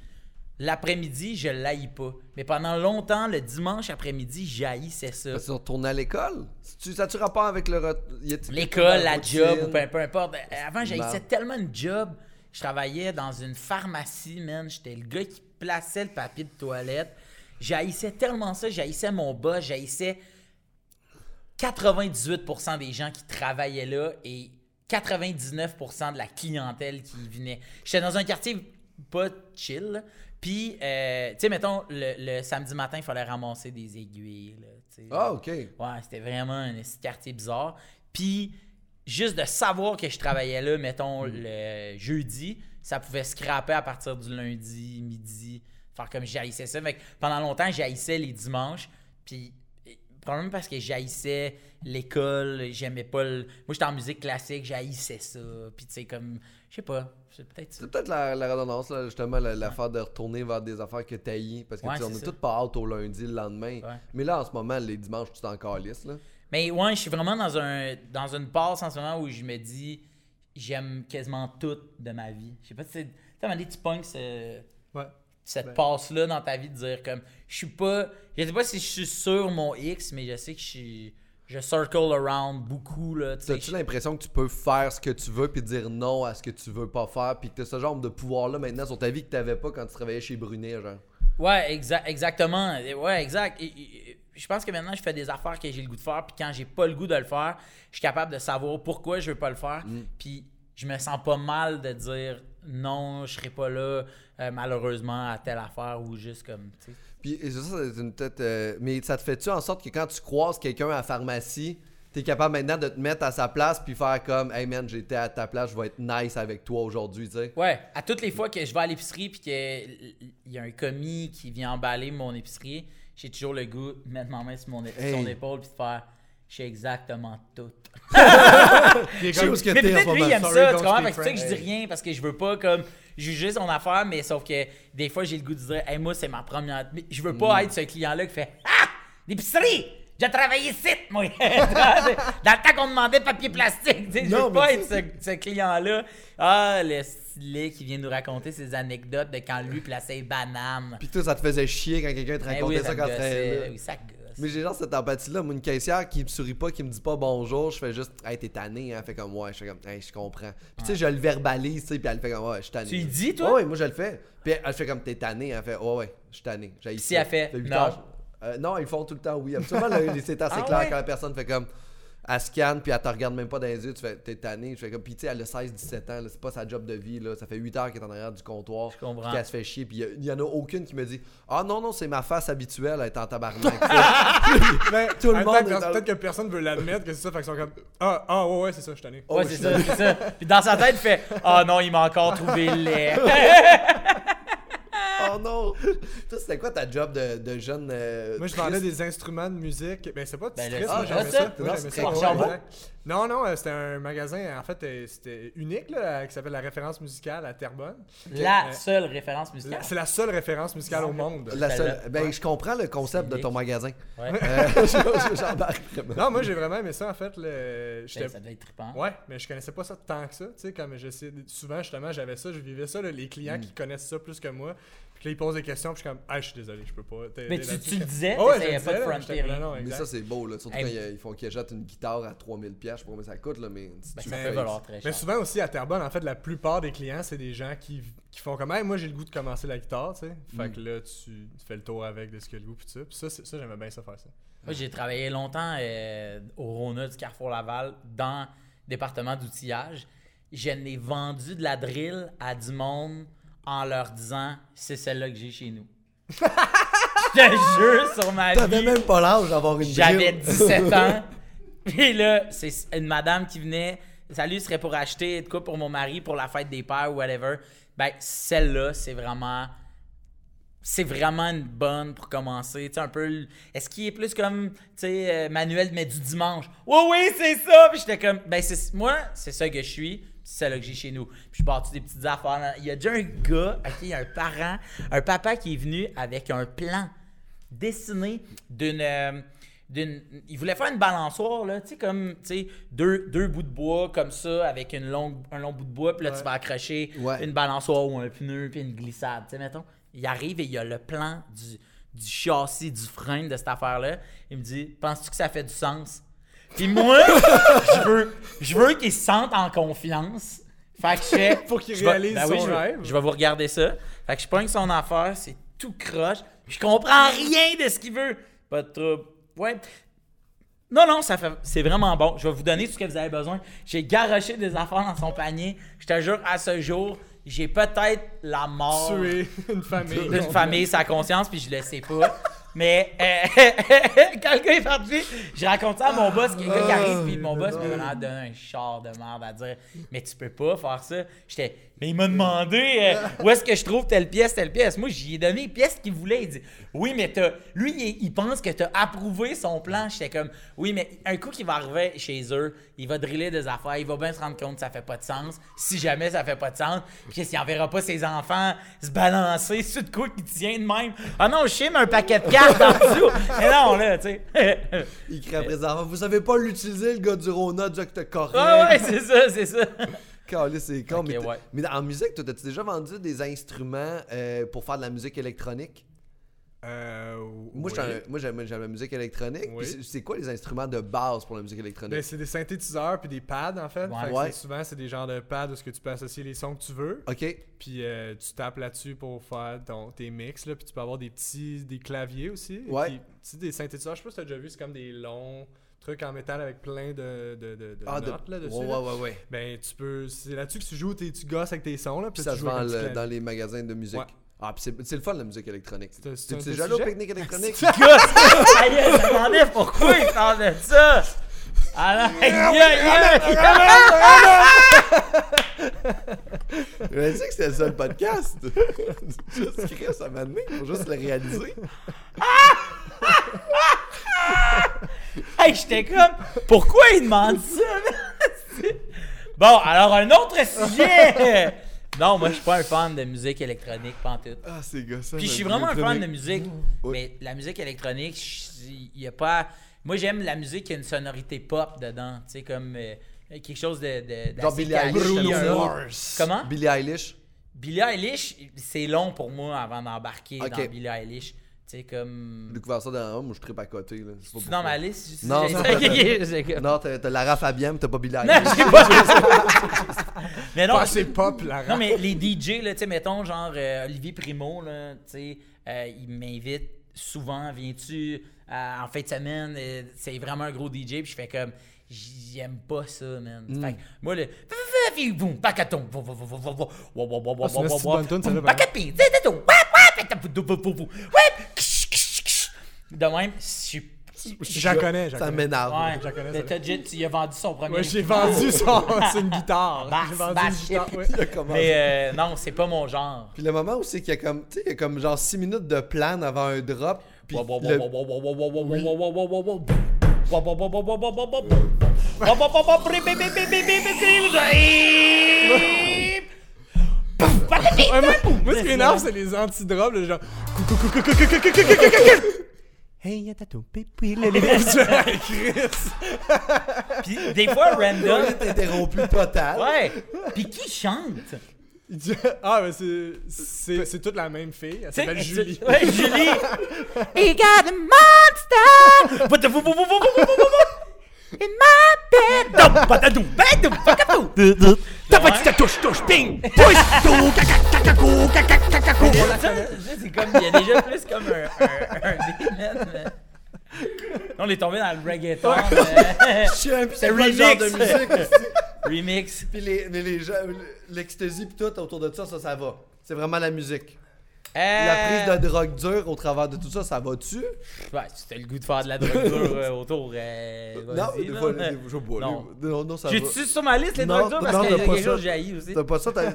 S1: l'après-midi, je l'haïs pas. Mais pendant longtemps, le dimanche après-midi, j'haïssais ça.
S2: Parce que tu retournes à l'école. Tu- Ça tu rapport avec le... ret- y a-t-il-
S1: L'école, la
S2: routine?
S1: job, ou peu, peu importe. Ben, Avant, j'haïssais
S2: Marde.
S1: tellement une job. Je travaillais dans une pharmacie, man. J'étais le gars qui plaçait le papier de toilette. J'haïssais tellement ça. J'haïssais mon boss. J'haïssais 98% des gens qui travaillaient là et 99% de la clientèle qui y venait. J'étais dans un quartier pas chill. là. Puis, euh, tu sais, mettons, le, le samedi matin, il fallait ramasser des aiguilles. là, tu sais.
S2: Ah, OK.
S1: Ouais, c'était vraiment un petit quartier bizarre. Puis, juste de savoir que je travaillais là, mettons, le jeudi, ça pouvait scraper à partir du lundi, midi. Faire comme j'haïssais ça. Fait que pendant longtemps, j'haïssais les dimanches. Puis, et- probablement parce que j'haïssais l'école, j'aimais pas le. Moi, j'étais en musique classique, j'haïssais ça. Puis, tu sais, comme. Je sais pas. C'est peut-être ça.
S2: C'est peut-être la, la redondance, là, justement, la- l'affaire de retourner vers des affaires que t'haïs. Parce que
S1: Ouais,
S2: tu sais, on
S1: c'est
S2: est
S1: ça.
S2: toutes pas hâte au lundi, le lendemain.
S1: Ouais.
S2: Mais là, en ce moment, les dimanches, tu t'en calisses. Là.
S1: Mais ouais, je suis vraiment dans un dans une passe en ce moment où je me dis j'aime quasiment tout de ma vie. Je sais pas si c'est- tu sais, à un moment donné, tu pognes ce-
S3: Ouais.
S1: cette
S3: Ben.
S1: passe-là dans ta vie de dire comme je suis pas. Je sais pas si je suis sur mon X, mais je sais que je suis- Je circle around beaucoup là. tu sais,
S2: T'as-tu
S1: je-
S2: l'impression que tu peux faire ce que tu veux puis dire non à ce que tu veux pas faire puis que t'as ce genre de pouvoir-là maintenant sur ta vie que t'avais pas quand tu travaillais chez Brunet, genre?
S1: Ouais, exa- exactement. Et Ouais, exact. Et- et- et je pense que maintenant, je fais des affaires que j'ai le goût de faire, puis quand j'ai pas le goût de le faire, je suis capable de savoir pourquoi je veux pas le faire, puis je me sens pas mal de dire non, je serai pas là, euh, malheureusement, à telle affaire, ou juste comme, tu sais.
S2: Puis et ça, c'est une tête. euh, mais ça te fait-tu en sorte que quand tu croises quelqu'un à la pharmacie, t'es capable maintenant de te mettre à sa place puis faire comme, hey man, j'étais à ta place, je vais être nice avec toi aujourd'hui, tu sais?
S1: Ouais, à toutes les fois que je vais à l'épicerie puis qu'il y a un commis qui vient emballer mon épicerie, j'ai toujours le goût de mettre ma main sur mon é-
S2: Hey.
S1: son épaule puis de faire « je sais exactement tout ».
S3: Puis il
S2: Je
S3: est
S2: sais
S3: comme-
S2: où ce que
S1: Mais
S2: t'es en ce
S1: peut-être lui,
S2: moment.
S1: il aime
S3: Sorry,
S1: ça,
S3: don't
S1: tu comprends?
S3: speak
S1: Fait que c'est pour ça que je dis
S3: French.
S1: rien parce que je veux pas comme. juger son affaire, mais sauf que des fois, j'ai le goût de dire, hey, moi, c'est ma première. Mais Je veux
S2: Mm.
S1: pas être ce client-là qui fait Ah L'épicerie J'ai travaillé ici, moi Dans le temps qu'on demandait papier plastique. tu sais, Je
S2: Non,
S1: veux
S2: mais
S1: pas
S2: tu
S1: être ce, ce client-là. Ah, le stylé qui vient nous raconter ses anecdotes de quand lui plaçait les bananes.
S2: Puis toi, ça te faisait chier quand quelqu'un te
S1: Ben
S2: racontait
S1: oui,
S2: ça
S1: me
S2: quand
S1: gossait.
S2: t'es là.
S1: Oui, ça gosse.
S2: Mais j'ai genre cette empathie-là, moi, une caissière qui me sourit pas, qui me dit pas bonjour, je fais juste, hey, t'es tanné, hein, fait comme, ouais, je fais comme, hey, je comprends. Puis tu sais, je le verbalise, tu sais, puis elle fait comme, ouais, je suis tanné.
S1: Tu y dis, toi?
S2: Ouais, ouais, moi, je le fais. Puis elle fait comme, t'es tanné, elle fait, ouais, ouais, je suis tanné. J'haïs
S1: si
S2: ça.
S1: elle fait,
S2: Ça huit
S1: non.
S2: heures. Euh, non, ils font tout le temps, oui. Absolument, là, c'est assez
S1: Ah
S2: clair
S1: ouais?
S2: quand la personne fait comme, elle scanne, puis elle te regarde même pas dans les yeux, tu fais, t'es tanné. Je fais comme, puis tu sais, elle a 16-17 ans, là, c'est pas sa job de vie, là. Ça fait 8 heures qu'elle est en arrière du comptoir.
S1: Je comprends.
S2: puis qu'elle se fait chier, puis il y, en a aucune qui me dit, ah non, non, c'est ma face habituelle, elle est en tabarnak.
S3: Mais
S2: Ben, Tout le
S3: en même temps,
S2: monde est
S3: peut-
S2: dans le-
S3: Peut-être que personne veut l'admettre que c'est ça, fait qu'ils sont comme. Ah, ah ouais, ouais, c'est ça, je suis tanné.
S1: ouais,
S2: Oh,
S1: c'est
S2: je-
S1: ça, c'est ça. Puis dans sa tête, il fait Ah non, il m'a encore trouvé laid.
S2: Oh non! Toi, c'était quoi ta job de, de jeune. euh,
S3: Moi, je
S2: triste?
S3: vendais des instruments de musique. Ben, c'est pas
S1: Ben, le
S3: triste, moi,
S1: Citrus,
S3: j'aimais
S1: ça,
S3: ça.
S2: non,
S3: Moi, j'aimais
S2: Ah, c'est
S3: ça,
S1: Citrus
S3: ouais,
S1: Charbon.
S3: exact. Non, non, euh, c'était un magasin, en fait, euh, c'était unique, là, qui s'appelle la référence musicale à Terrebonne.
S1: La
S3: Euh,
S1: seule référence musicale.
S3: la- C'est la seule référence musicale au monde.
S2: La
S1: J'étais
S2: seule-
S1: là.
S2: Ben, je comprends le concept de ton magasin.
S1: Ouais.
S2: Euh, je- je- J'embarque vraiment.
S3: Non, moi, j'ai vraiment aimé ça, en fait. le- j'étais-
S1: Ben, ça devait être trippant.
S3: Ouais, mais je connaissais pas ça tant que ça. Tu sais, comme j'essayais. Souvent, justement, j'avais ça, je vivais ça, là, les
S2: Hmm.
S3: clients qui connaissent ça plus que moi. Puis là, ils posent des questions, puis je suis comme, ah, je suis désolé, je peux pas. t'aider
S1: Mais tu,
S3: là-dessus.
S1: tu le disais,
S3: Ah ouais, je
S1: t'essayais
S3: le
S1: pas de
S3: disais, là,
S1: frontier.
S3: j'étais-
S1: rien.
S3: non, non,
S2: Mais
S3: exact.
S2: ça, c'est beau, là. Surtout
S1: Hey.
S2: quand euh, ils ils font qu'ils jettent une guitare à 3000$, piastres, je sais pas combien ça coûte, là, mais.
S1: Ben,
S2: tu
S1: ça
S2: fais-
S1: peut valoir très
S3: Mais
S1: cher.
S3: souvent aussi à Terrebonne, en fait, la plupart des clients, c'est des gens qui, qui font comme, hey, moi j'ai le goût de commencer la guitare, tu sais.
S2: Hmm.
S3: Fait que là, tu fais le tour avec de ce qu'il y a le goût, puis ça. Puis ça, c'est- ça j'aimais bien ça faire ça.
S1: Moi, j'ai travaillé longtemps euh, au Rona du Carrefour Laval dans le département d'outillage. Je n'ai vendu de la drill à du monde en leur disant c'est celle-là que j'ai chez nous. Je te jure sur ma
S2: T'avais
S1: vie.
S2: même pas l'âge d'avoir une
S1: J'avais
S2: drill.
S1: 17 ans. Puis là, c'est une madame qui venait. Salut, ce serait pour acheter de quoi pour mon mari, pour la fête des pères, whatever. Ben, celle-là, c'est vraiment. C'est vraiment une bonne pour commencer. Tu sais, un peu. le- Est-ce qu'il est plus comme, tu sais, euh, Manuel, mais du dimanche? Oui, oui, c'est ça! Puis j'étais comme, ben, c'est moi, c'est ça que je suis, puis c'est celle-là que j'ai chez nous. Puis je suis bâti des petites affaires. là. Il y a déjà un gars, OK, il y a un parent, un papa qui est venu avec un plan dessiné d'une euh, d'une il voulait faire une balançoire là tu sais comme tu sais deux, deux bouts de bois comme ça avec une longue un long bout de bois puis là tu vas accrocher
S2: Ouais.
S1: une balançoire ou un pneu puis une glissade tu sais mettons il arrive et il y a le plan du du châssis du frein de cette affaire là il me dit penses-tu que ça fait du sens puis moi je veux je veux qu'il se sente en confiance fait que je fais-
S3: Pour qu'il
S1: je vais- ben
S3: réalise son
S1: je vais-
S3: rêve.
S1: je vais vous regarder ça. Fait que je pogne son affaire, c'est tout croche. Je comprends rien de ce qu'il veut. Pas de trouble. Ouais. Non, non, ça fait... c'est vraiment bon. Je vais vous donner tout ce que vous avez besoin. J'ai garoché des affaires dans son panier. Je te jure, à ce jour, j'ai peut-être la mort
S3: Tuer une famille.
S1: d'une Ah. famille, sa conscience, puis je le sais pas. Mais euh, quand le gars est parti, je raconte ça à mon boss, quelqu'un qui arrive, puis mon boss me a donné un char de merde à dire Mais tu peux pas faire ça. J'étais Mais il m'a demandé euh, où est-ce que je trouve telle pièce, telle pièce. Moi, j'y ai donné les pièces qu'il voulait. Il dit Oui, mais t'as. Lui, il, il pense que t'as approuvé son plan. J'étais comme Oui, mais un coup qu'il va arriver chez eux, il va driller des affaires, il va bien se rendre compte que ça fait pas de sens. Si jamais ça fait pas de sens, qu'est-ce qu'il verra pas ses enfants se balancer sur de quoi qu'il tient de même. Ah non, je chime un paquet de cartes en dessous. Mais non, là, tu sais.
S2: Il crée après des enfants. Vous savez pas l'utiliser, le gars du Rona, du Acte Correct.
S1: Ah ouais, c'est ça, c'est ça.
S2: Calé, c'est con.
S1: Ok,
S2: mais, t'es-
S1: ouais.
S2: mais en musique, toi, t'as-tu déjà vendu des instruments euh, pour faire de la musique électronique?
S3: Euh,
S2: Moi,
S3: oui.
S2: j'étais un- moi, j'aime j'aime la musique électronique.
S3: Oui.
S2: Puis c'est- C'est quoi les instruments de base pour la musique
S3: Ben,
S2: électronique?
S3: c'est des synthétiseurs puis des pads en fait.
S1: Ouais.
S3: Fait que
S2: Ouais. Ah.
S3: c'est- Souvent c'est des genres de pads où ce que tu peux associer les sons que tu veux.
S2: Ok.
S3: Puis euh, tu tapes là-dessus pour faire ton, tes mix là. Puis tu peux avoir des petits des claviers aussi.
S2: Ouais.
S3: Puis, tu sais, des synthétiseurs, je sais pas si t'as déjà vu, c'est comme des longs trucs en métal avec plein de, de, de, de
S2: Ah, de-
S3: notes là dessus.
S2: Ouais,
S3: là.
S2: ouais, ouais, ouais.
S3: Ben, tu peux. C'est là-dessus que tu joues, t'es- tu gosses avec tes sons, là.
S2: Puis
S3: Puis
S2: ça
S3: tu
S2: se
S3: joues
S2: vend
S3: avec
S2: le-
S3: un petit
S2: dans les magasins de musique.
S3: Ouais.
S2: Ah, puis c'est c'est le fun la musique électronique.
S3: C'est un- c'est un
S2: Tu
S3: petit
S2: déjà allé au
S3: sujet.
S2: pique-nique électronique?
S1: Gosse. Aïe, je me demandais pourquoi il parle de ça. Alors, aïe, aïe, aïe, aïe.
S2: Je dit que c'était le seul podcast. juste écrire ça m'a donné pour juste le réaliser.
S1: Hey, j'étais comme, pourquoi il demande ça? man? bon, alors un autre sujet. Non, moi, je suis pas un fan de musique électronique, pantoute.
S2: Ah, ces gars, ça.
S1: Puis je suis
S2: la
S1: vraiment un fan de
S2: électronique.
S1: musique,
S2: Oui.
S1: mais la musique électronique, je- il y a pas. Moi, j'aime la musique qui a une sonorité pop dedans, tu sais, comme euh, quelque chose de. de- d'assez
S2: Genre Billie
S1: catchy,
S2: Eilish,
S3: Bruno
S1: un-
S3: Mars.
S1: Comment
S2: Billie Eilish.
S1: Billie Eilish, c'est long pour moi avant d'embarquer
S2: Ok.
S1: dans Billie Eilish. Tu sais,
S2: J'ai
S1: comme.
S2: découvert ça dernièrement, moi je tripe à côté. Là. Je sais pas
S1: C'est
S2: pourquoi.
S1: dans ma liste. je-
S2: Non,
S1: j'ai-
S2: non.
S1: Ok, ok, j'ai-
S2: Non, t'as t'as Lara Fabian, mais t'as pas Billie
S1: Non,
S2: Eilish.
S1: j'ai pas. mais non,
S3: Pas assez Ah, pop, la
S1: Non, mais les DJ, là, tu sais, mettons, genre euh, Olivier Primo, là, tu sais, euh, il m'invite souvent, viens-tu euh, en fin de semaine, euh, c'est vraiment un gros DJ, puis je fais comme, j'aime pas ça, man.
S3: Mm.
S1: Fait que moi, le. Boum, pacaton, boum, boum, boum, boum, boum, boum, boum, boum, boum,
S3: Ah, c'est une
S1: boum,
S3: petite
S1: boum,
S3: bonne tune, ça, là,
S1: boum, pacatin, zé, zé, zé, wap, wap, patam, boum, boum, boum, boum, wap, ksh, ksh, ksh. De même, je suis.
S3: J'en connais, j'en
S2: Ça
S3: connais.
S2: m'énerve.
S1: Ouais,
S3: Ah, je la connais,
S1: le
S3: celle-là.
S1: Tajit, il a vendu son premier.
S3: Ouais, j'ai
S1: instrument.
S3: vendu son... c'est une guitare.
S1: Basse,
S3: J'ai vendu
S1: basse,
S3: une guitare,
S1: shit.
S3: ouais.
S2: Il a commencé.
S1: Mais euh, non, c'est pas mon genre.
S2: Puis le moment où c'est qu'il y a comme, tu sais, il y a comme genre 6 minutes de plan avant un drop. Puis
S1: Puis
S2: le-
S1: le...
S3: Ouais, moi, moi, ce qui m'énerve, c'est les antidrops, le genre. cou- cou- cou- cou- cou- cou- cou- cou- cou- cou- cou- cou- cou- Hey, y'a ta toupée, puis le- le- le- le- Chris.
S1: Puis des fois,
S2: On
S1: random.
S2: est interrompu total.
S1: Ouais. Puis qui chante?
S3: Il dit- Ah, mais c'est. C'est c'est toute la même fille. Elle s'appelle Julie.
S1: Ouais, Julie. He got a monster. But the boo boo boo boo boo boo boo boo. In my bed. Dum, badadou, badou, bakadou. Ta petite touche, touche, ping. Ça, ça, c'est comme, il y a déjà plus comme un, un, un Dayman, mais- On est tombé dans le reggaeton. euh,
S2: Je suis un peu
S1: C'est
S2: pas le genre de
S1: remix.
S2: musique. aussi.
S1: remix.
S2: Puis les, les, les gens- l'ecstasy pis tout autour de ça, ça, ça va. C'est vraiment la musique.
S1: Euh.
S2: La prise de drogue dure au travers de tout ça, ça va-tu?
S1: Ouais, si t'as le goût de faire de la drogue dure euh, autour, euh,
S2: non,
S1: vas-y,
S2: des
S1: là.
S2: fois, des fois, je bois.
S1: Non.
S2: des- Non, non, ça va.
S1: J'ai-tu sur ma liste les
S2: Non,
S1: drogues dures
S2: non,
S1: parce qu'il y
S2: t'as
S1: a
S2: pas
S1: quelque
S2: ça.
S1: chose que j'ai haï aussi.
S2: T'as pas ça, t'as-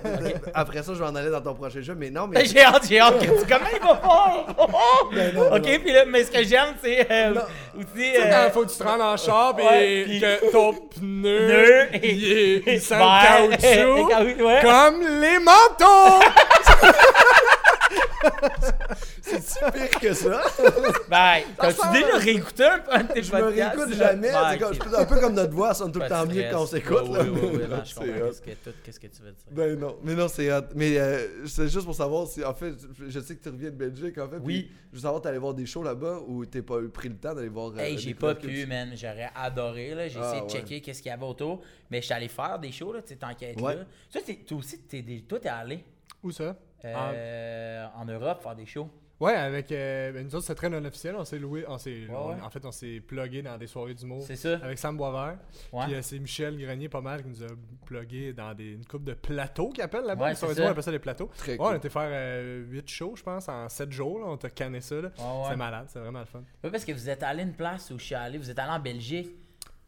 S2: après ça, je vais en aller dans ton prochain jeu, mais non, mais...
S1: Ben, J'ai hâte, j'ai hâte que tu Oh, comment il va faire?
S2: Ben non, non.
S1: ok, puis là, mais ce que j'aime, c'est euh,
S2: Non.
S1: aussi
S3: Tu sais, quand
S1: euh,
S3: il faut que tu te rendes en char
S1: Ouais,
S3: et
S1: puis-
S3: que ton pneu.
S1: Pneu et-
S3: Il est- il sent
S1: vert.
S3: le caoutchouc.
S1: Caoutchouc, ouais.
S3: Comme les manteaux!
S2: C'est pire que ça.
S1: Ben,
S2: Ça
S1: t'as-tu
S2: sent-
S1: déjà réécouté un peu un de tes
S2: Je me
S1: podcasts?
S2: réécoute jamais.
S1: Ouais,
S2: c'est comme-
S1: ok.
S2: c'est un peu comme notre voix, sonne tout
S1: Pas
S2: le
S1: de
S2: temps mieux
S1: stress.
S2: quand on s'écoute.
S1: Ouais,
S2: là.
S1: ouais, ouais, ouais, non, je
S2: C'est
S1: comprends
S2: hot.
S1: qu'est-ce que- tout- qu'est-ce que tu veux dire.
S2: Ben non, mais non, c'est hot. Mais euh, c'est juste pour savoir si, en fait, je- je sais que tu reviens de Belgique, en fait.
S1: Oui.
S2: puis Je veux savoir, t'es allé voir des shows là-bas ou t'es pas eu pris le temps d'aller voir. euh,
S1: Hey,
S2: des
S1: j'ai pas
S2: clubs que
S1: pu,
S2: tu-
S1: man. J'aurais adoré, là. J'ai
S2: Ah,
S1: essayé de
S2: ouais.
S1: checker qu'est-ce qu'il y avait autour. Mais je suis allé faire des shows, là, tu sais, t'enquêtes
S2: Ouais.
S1: là. Toi, t'es- toi aussi, t'es, des- toi, t'es allé
S3: Où ça? Ah,
S1: euh, en Europe faire des shows.
S3: Ouais, avec euh, ben, nous autres, c'est très non officiel. On s'est loué. On s'est,
S1: Ouais,
S3: on-
S1: ouais.
S3: En fait, on s'est plugué dans des soirées d'humour.
S1: C'est ça?
S3: Avec Sam Boisvert.
S1: Ouais.
S3: Puis euh, c'est Michel Grenier, pas mal, qui nous a plugué dans des, une coupe de plateaux qu'ils appellent là-bas.
S1: Ouais,
S3: les soirées
S1: c'est
S3: d'humour,
S1: ça.
S3: on appelle ça des plateaux.
S2: Très
S3: ouais,
S2: cool.
S3: on était faire 8 shows, je pense, en 7 jours. là. On t'a canné ça. là.
S1: ouais.
S3: Ah C'est malade, c'est vraiment le fun.
S1: Oui, parce que vous êtes allé à une place où je suis allé. Vous êtes allé en Belgique.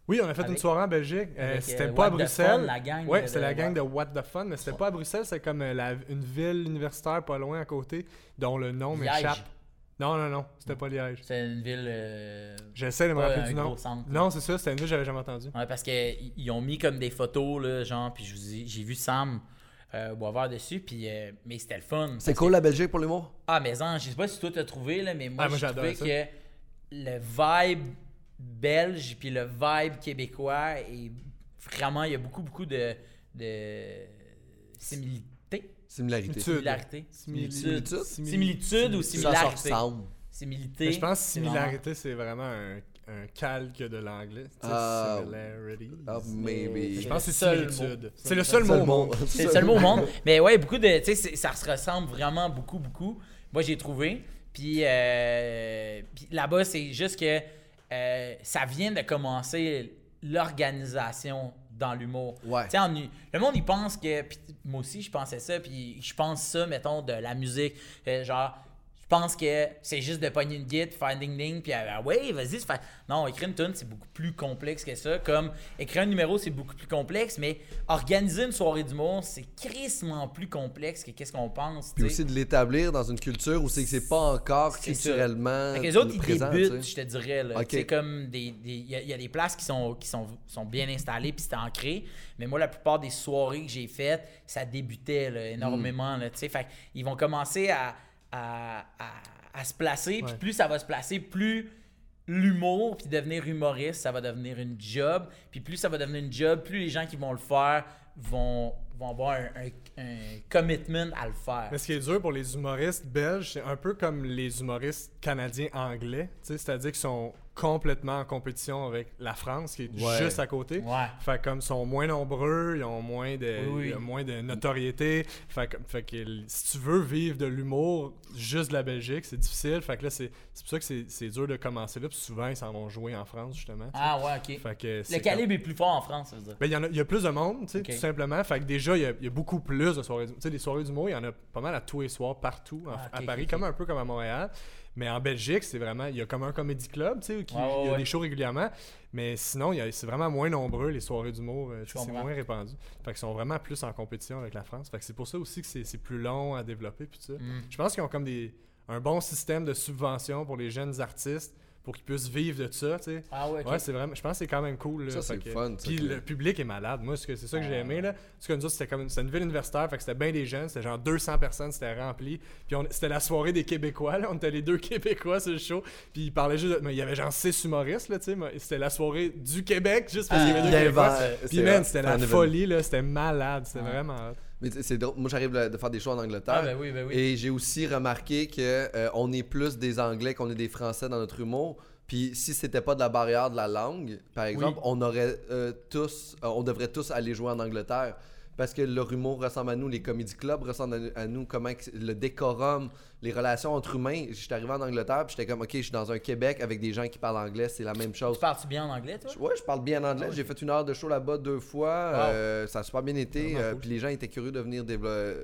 S3: Oui, on a fait
S1: Avec-
S3: une soirée en Belgique. Euh,
S1: avec, euh,
S3: c'était
S1: What
S3: pas à
S1: the
S3: Bruxelles.
S1: Fun, la gang
S3: ouais,
S1: de-
S3: c'était
S1: de-
S3: la gang de What the Fun, mais c'était pas à Bruxelles. C'est comme euh, la- une ville universitaire pas loin à côté, dont le nom
S1: Liège.
S3: m'échappe. Non, non, non, c'était pas Liège.
S1: C'est une ville. euh,
S3: J'essaie de me
S1: Pas
S3: rappeler
S1: un
S3: du
S1: gros
S3: nom.
S1: centre.
S3: Non, c'est ça, c'était une ville que j'avais jamais entendu.
S1: Ouais, parce qu'ils ont mis comme des photos, là, genre, puis je vous ai- j'ai vu Sam euh, boire dessus, puis euh, mais c'était le fun.
S2: C'est cool la Belgique pour les mots?
S1: Ah, mais non, je sais pas si toi t'as trouvé, là, mais moi,
S3: Ah, moi,
S1: j'ai
S3: j'adore
S1: trouvé que le vibe belge puis le vibe québécois, et vraiment, il y a beaucoup, beaucoup de, de similité.
S2: Similarité.
S3: Tu-
S1: Similarité.
S3: Similitude.
S1: Similitude.
S3: Simili-
S1: Similitude ou
S3: Ça
S2: Ça se
S1: similarité.
S2: ressemble.
S1: Similité.
S3: Mais je pense que
S1: c'est vraiment-
S3: similarité, c'est vraiment un, un calque de l'anglais. Tu sais,
S2: Ah.
S3: Similarity.
S2: Ah,
S3: Je
S2: maybe.
S3: pense
S1: C'est
S3: que
S1: le
S3: c'est
S1: seul
S3: similitude.
S1: mot.
S3: C'est le seul mot au monde.
S1: C'est le seul mot au monde. Mais ouais, beaucoup de. Tu sais, c'est- ça se ressemble vraiment beaucoup, beaucoup. Moi, j'ai trouvé. Puis, euh, puis là-bas, c'est juste que euh, ça vient de commencer l'organisation dans l'humour.
S2: Ouais.
S1: Tu sais, en u- le monde, il pense que. puis moi aussi, je pensais ça. Puis je pense ça, mettons, de la musique. euh, genre. Je pense que c'est juste de pogner une guide, faire ding ding, puis ah ouais, vas-y, c'est fa- non, écrire une tune, c'est beaucoup plus complexe que ça. Comme écrire un numéro, c'est beaucoup plus complexe, mais organiser une soirée d'humour, c'est crissement plus complexe que qu'est-ce qu'on pense.
S2: Puis
S1: tu sais.
S2: aussi de l'établir dans une culture où c'est que c'est pas encore
S1: C'est ça.
S2: culturellement
S1: Fait
S3: Euh,
S1: que les autres, ils
S2: présent.
S1: débutent,
S2: tu sais.
S1: je te dirais. là.
S2: Ok.
S1: C'est comme des. des- Il y, a- il y a des places qui sont, qui sont, sont bien installées puis c'est ancré. Mais moi, la plupart des soirées que j'ai faites, ça débutait là,
S3: Hmm.
S1: énormément. là, tu sais. fait ils vont commencer à, à, à- à se placer. Puis
S3: Ouais.
S1: plus ça va se placer, plus l'humour, puis devenir humoriste, ça va devenir une job. Puis plus ça va devenir une job, plus les gens qui vont le faire vont, vont avoir un, un- un commitment à le faire.
S3: Mais ce qui est dur pour les humoristes belges, c'est un peu comme les humoristes canadiens anglais, tu sais, c'est-à-dire qu'ils sont complètement en compétition avec la France qui est
S2: Ouais.
S3: juste à côté.
S1: Ouais.
S3: Fait comme ils sont moins nombreux, ils ont moins de
S1: Oui, oui.
S3: ils ont moins de notoriété. Fait que, fait que l- si tu veux vivre de l'humour juste de la Belgique, c'est difficile. Fait que là c'est c'est pour ça que c'est- c'est dur de commencer là, puis souvent ils s'en vont jouer en France justement. tu sais.
S1: Ah ouais, ok.
S3: Fait que
S1: Le
S3: c'est comme-
S1: calibre est plus fort en France, ça veut dire.
S3: ben, il y, en a, il y a plus de monde, tu sais,
S1: Ok.
S3: tout simplement. Fait que déjà, il y a, il y a beaucoup plus de soirées d'humour. Tu sais, des soirées d'humour, il y en a pas mal à tous les soirs, partout, en-
S1: Ah, ok,
S3: à
S1: ok,
S3: Paris,
S1: ok.
S3: comme un peu comme à Montréal. Mais en Belgique, c'est vraiment. Il y a comme un comédie club, tu sais, qui
S1: Ouais, ouais,
S3: il y a
S1: ouais.
S3: des shows régulièrement. Mais sinon, il y a- c'est vraiment moins nombreux, les soirées d'humour. euh, tu sais, C'est
S1: comprends.
S3: moins répandu. Fait qu'ils sont vraiment plus en compétition avec la France. Fait que c'est pour ça aussi que c'est c'est plus long à développer, puis tout ça.
S1: Mm.
S3: Je pense qu'ils ont comme des, un bon système de subvention pour les jeunes artistes pour qu'ils puissent vivre de ça, tu sais.
S1: Ah ouais, ok.
S3: Ouais, c'est vraiment. Je pense que c'est quand même cool. là.
S2: Ça, c'est
S3: Fait que-
S2: fun, ça,
S3: Puis
S2: que-
S3: le public est malade. Moi, ce que- c'est ça que j'ai
S1: Ah.
S3: aimé. là. Parce que nous autres, c'était comme c'était une ville universitaire. Fait que c'était bien des jeunes. C'était genre 200 personnes. C'était rempli. Puis on- c'était la soirée des Québécois. Là. On était les deux Québécois sur le show. Puis ils parlaient juste. de- mais il y avait genre 6 humoristes. Là, tu sais, mais c'était la soirée du Québec. Juste parce qu'il y avait
S2: Il
S1: Ah,
S3: deux Québécois.
S2: invente- c'est
S3: Puis man,
S2: hot,
S3: c'était
S2: un
S3: la
S2: événement.
S3: folie. là. C'était malade. C'était
S1: Ouais.
S3: vraiment hot.
S2: Mais tu sais, c'est drôle. Moi, j'arrive là, de faire des shows en Angleterre.
S1: Ah, ben oui, ben oui.
S2: Et j'ai aussi remarqué que euh, on est plus des Anglais qu'on est des Français dans notre humour. Puis si c'était pas de la barrière de la langue, par exemple, on aurait euh, tous, euh, on devrait tous aller jouer en Angleterre. Parce que leur humour ressemble à nous, les comédie clubs ressemblent à nous- à, nous, comment que- le décorum, les relations entre humains. J'étais arrivé en Angleterre, puis j'étais comme, ok, je suis dans un Québec avec des gens qui parlent anglais, c'est la même chose.
S1: Tu parles-tu bien en anglais, toi?
S2: Je- Ouais, je parle bien en anglais. J'ai fait une heure de show là-bas deux fois.
S1: Wow.
S2: Euh, ça a super bien été.
S3: Vraiment
S2: Euh,
S3: cool.
S2: Puis les gens étaient curieux de venir dévelop-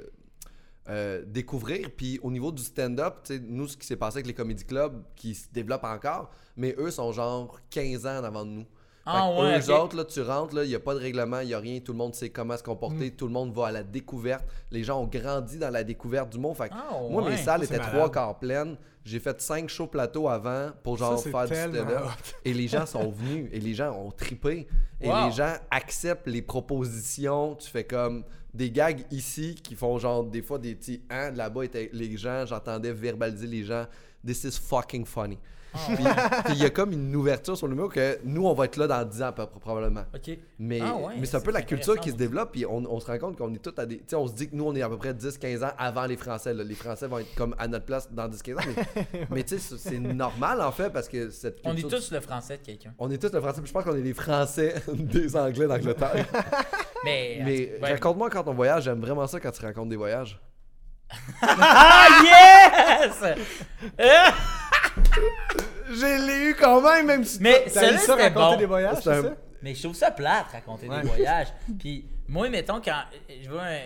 S2: euh, découvrir. Puis au niveau du stand-up, tu sais, nous, ce qui s'est passé avec les comédie clubs qui se développent encore, mais eux sont genre 15 ans en avant de nous.
S1: Ah
S2: Fait que
S1: ouais,
S2: eux
S1: ok.
S2: autres, là, tu rentres, là, il n'y a pas de règlement, il n'y a rien, tout le monde sait comment se comporter,
S3: Mm.
S2: tout le monde va à la découverte. Les gens ont grandi dans la découverte du mot. Fait que
S1: Ah
S2: moi, mes
S1: ouais.
S2: salles
S3: Ça, c'est
S2: étaient
S3: malade.
S2: trois quarts pleines. J'ai fait cinq shows plateaux avant pour genre
S3: Ça, c'est
S2: faire du
S3: tellement
S2: stand-up.
S3: hot.
S2: Et les gens sont venus, et les gens ont tripé, et
S1: Wow.
S2: les gens acceptent les propositions. Tu fais comme des gags ici qui font genre des fois des petits hein là-bas, étaient- les gens, j'entendais verbaliser les gens, this is fucking funny.
S1: Ah,
S2: Puis puis il y a comme une ouverture sur le mot que nous, on va être là dans 10 ans, peu- probablement.
S1: Ok.
S2: Mais,
S1: Ah ouais,
S2: mais c'est un peu la
S1: c'est
S2: culture qui
S1: intéressant.
S2: se développe, puis on, on se rend compte qu'on est tous à des. Tu sais, on se dit que nous, on est à peu près 10-15 ans avant les Français. là. Les Français vont être comme à notre place dans 10-15 ans. Mais, mais tu sais, c'est- c'est normal, en fait, parce que cette
S1: On est
S2: culture-
S1: tous le français de quelqu'un.
S2: on est tous le français, puis je pense qu'on est les Français des Anglais d'Angleterre.
S1: Mais.
S2: Mais euh,
S1: Ouais.
S2: raconte-moi quand on voyage, j'aime vraiment ça quand tu racontes des voyages.
S1: Ah yes! Euh!
S2: J'ai l'ai eu quand même, même si.
S1: Mais
S3: T'as
S1: celui-là,
S3: vu ça
S1: c'était
S3: raconter
S1: bon.
S3: des voyages,
S2: C'est un-
S3: c'est ça?
S1: Mais je trouve ça plate, raconter
S3: Ouais.
S1: des voyages. Puis moi, mettons, quand je vois un,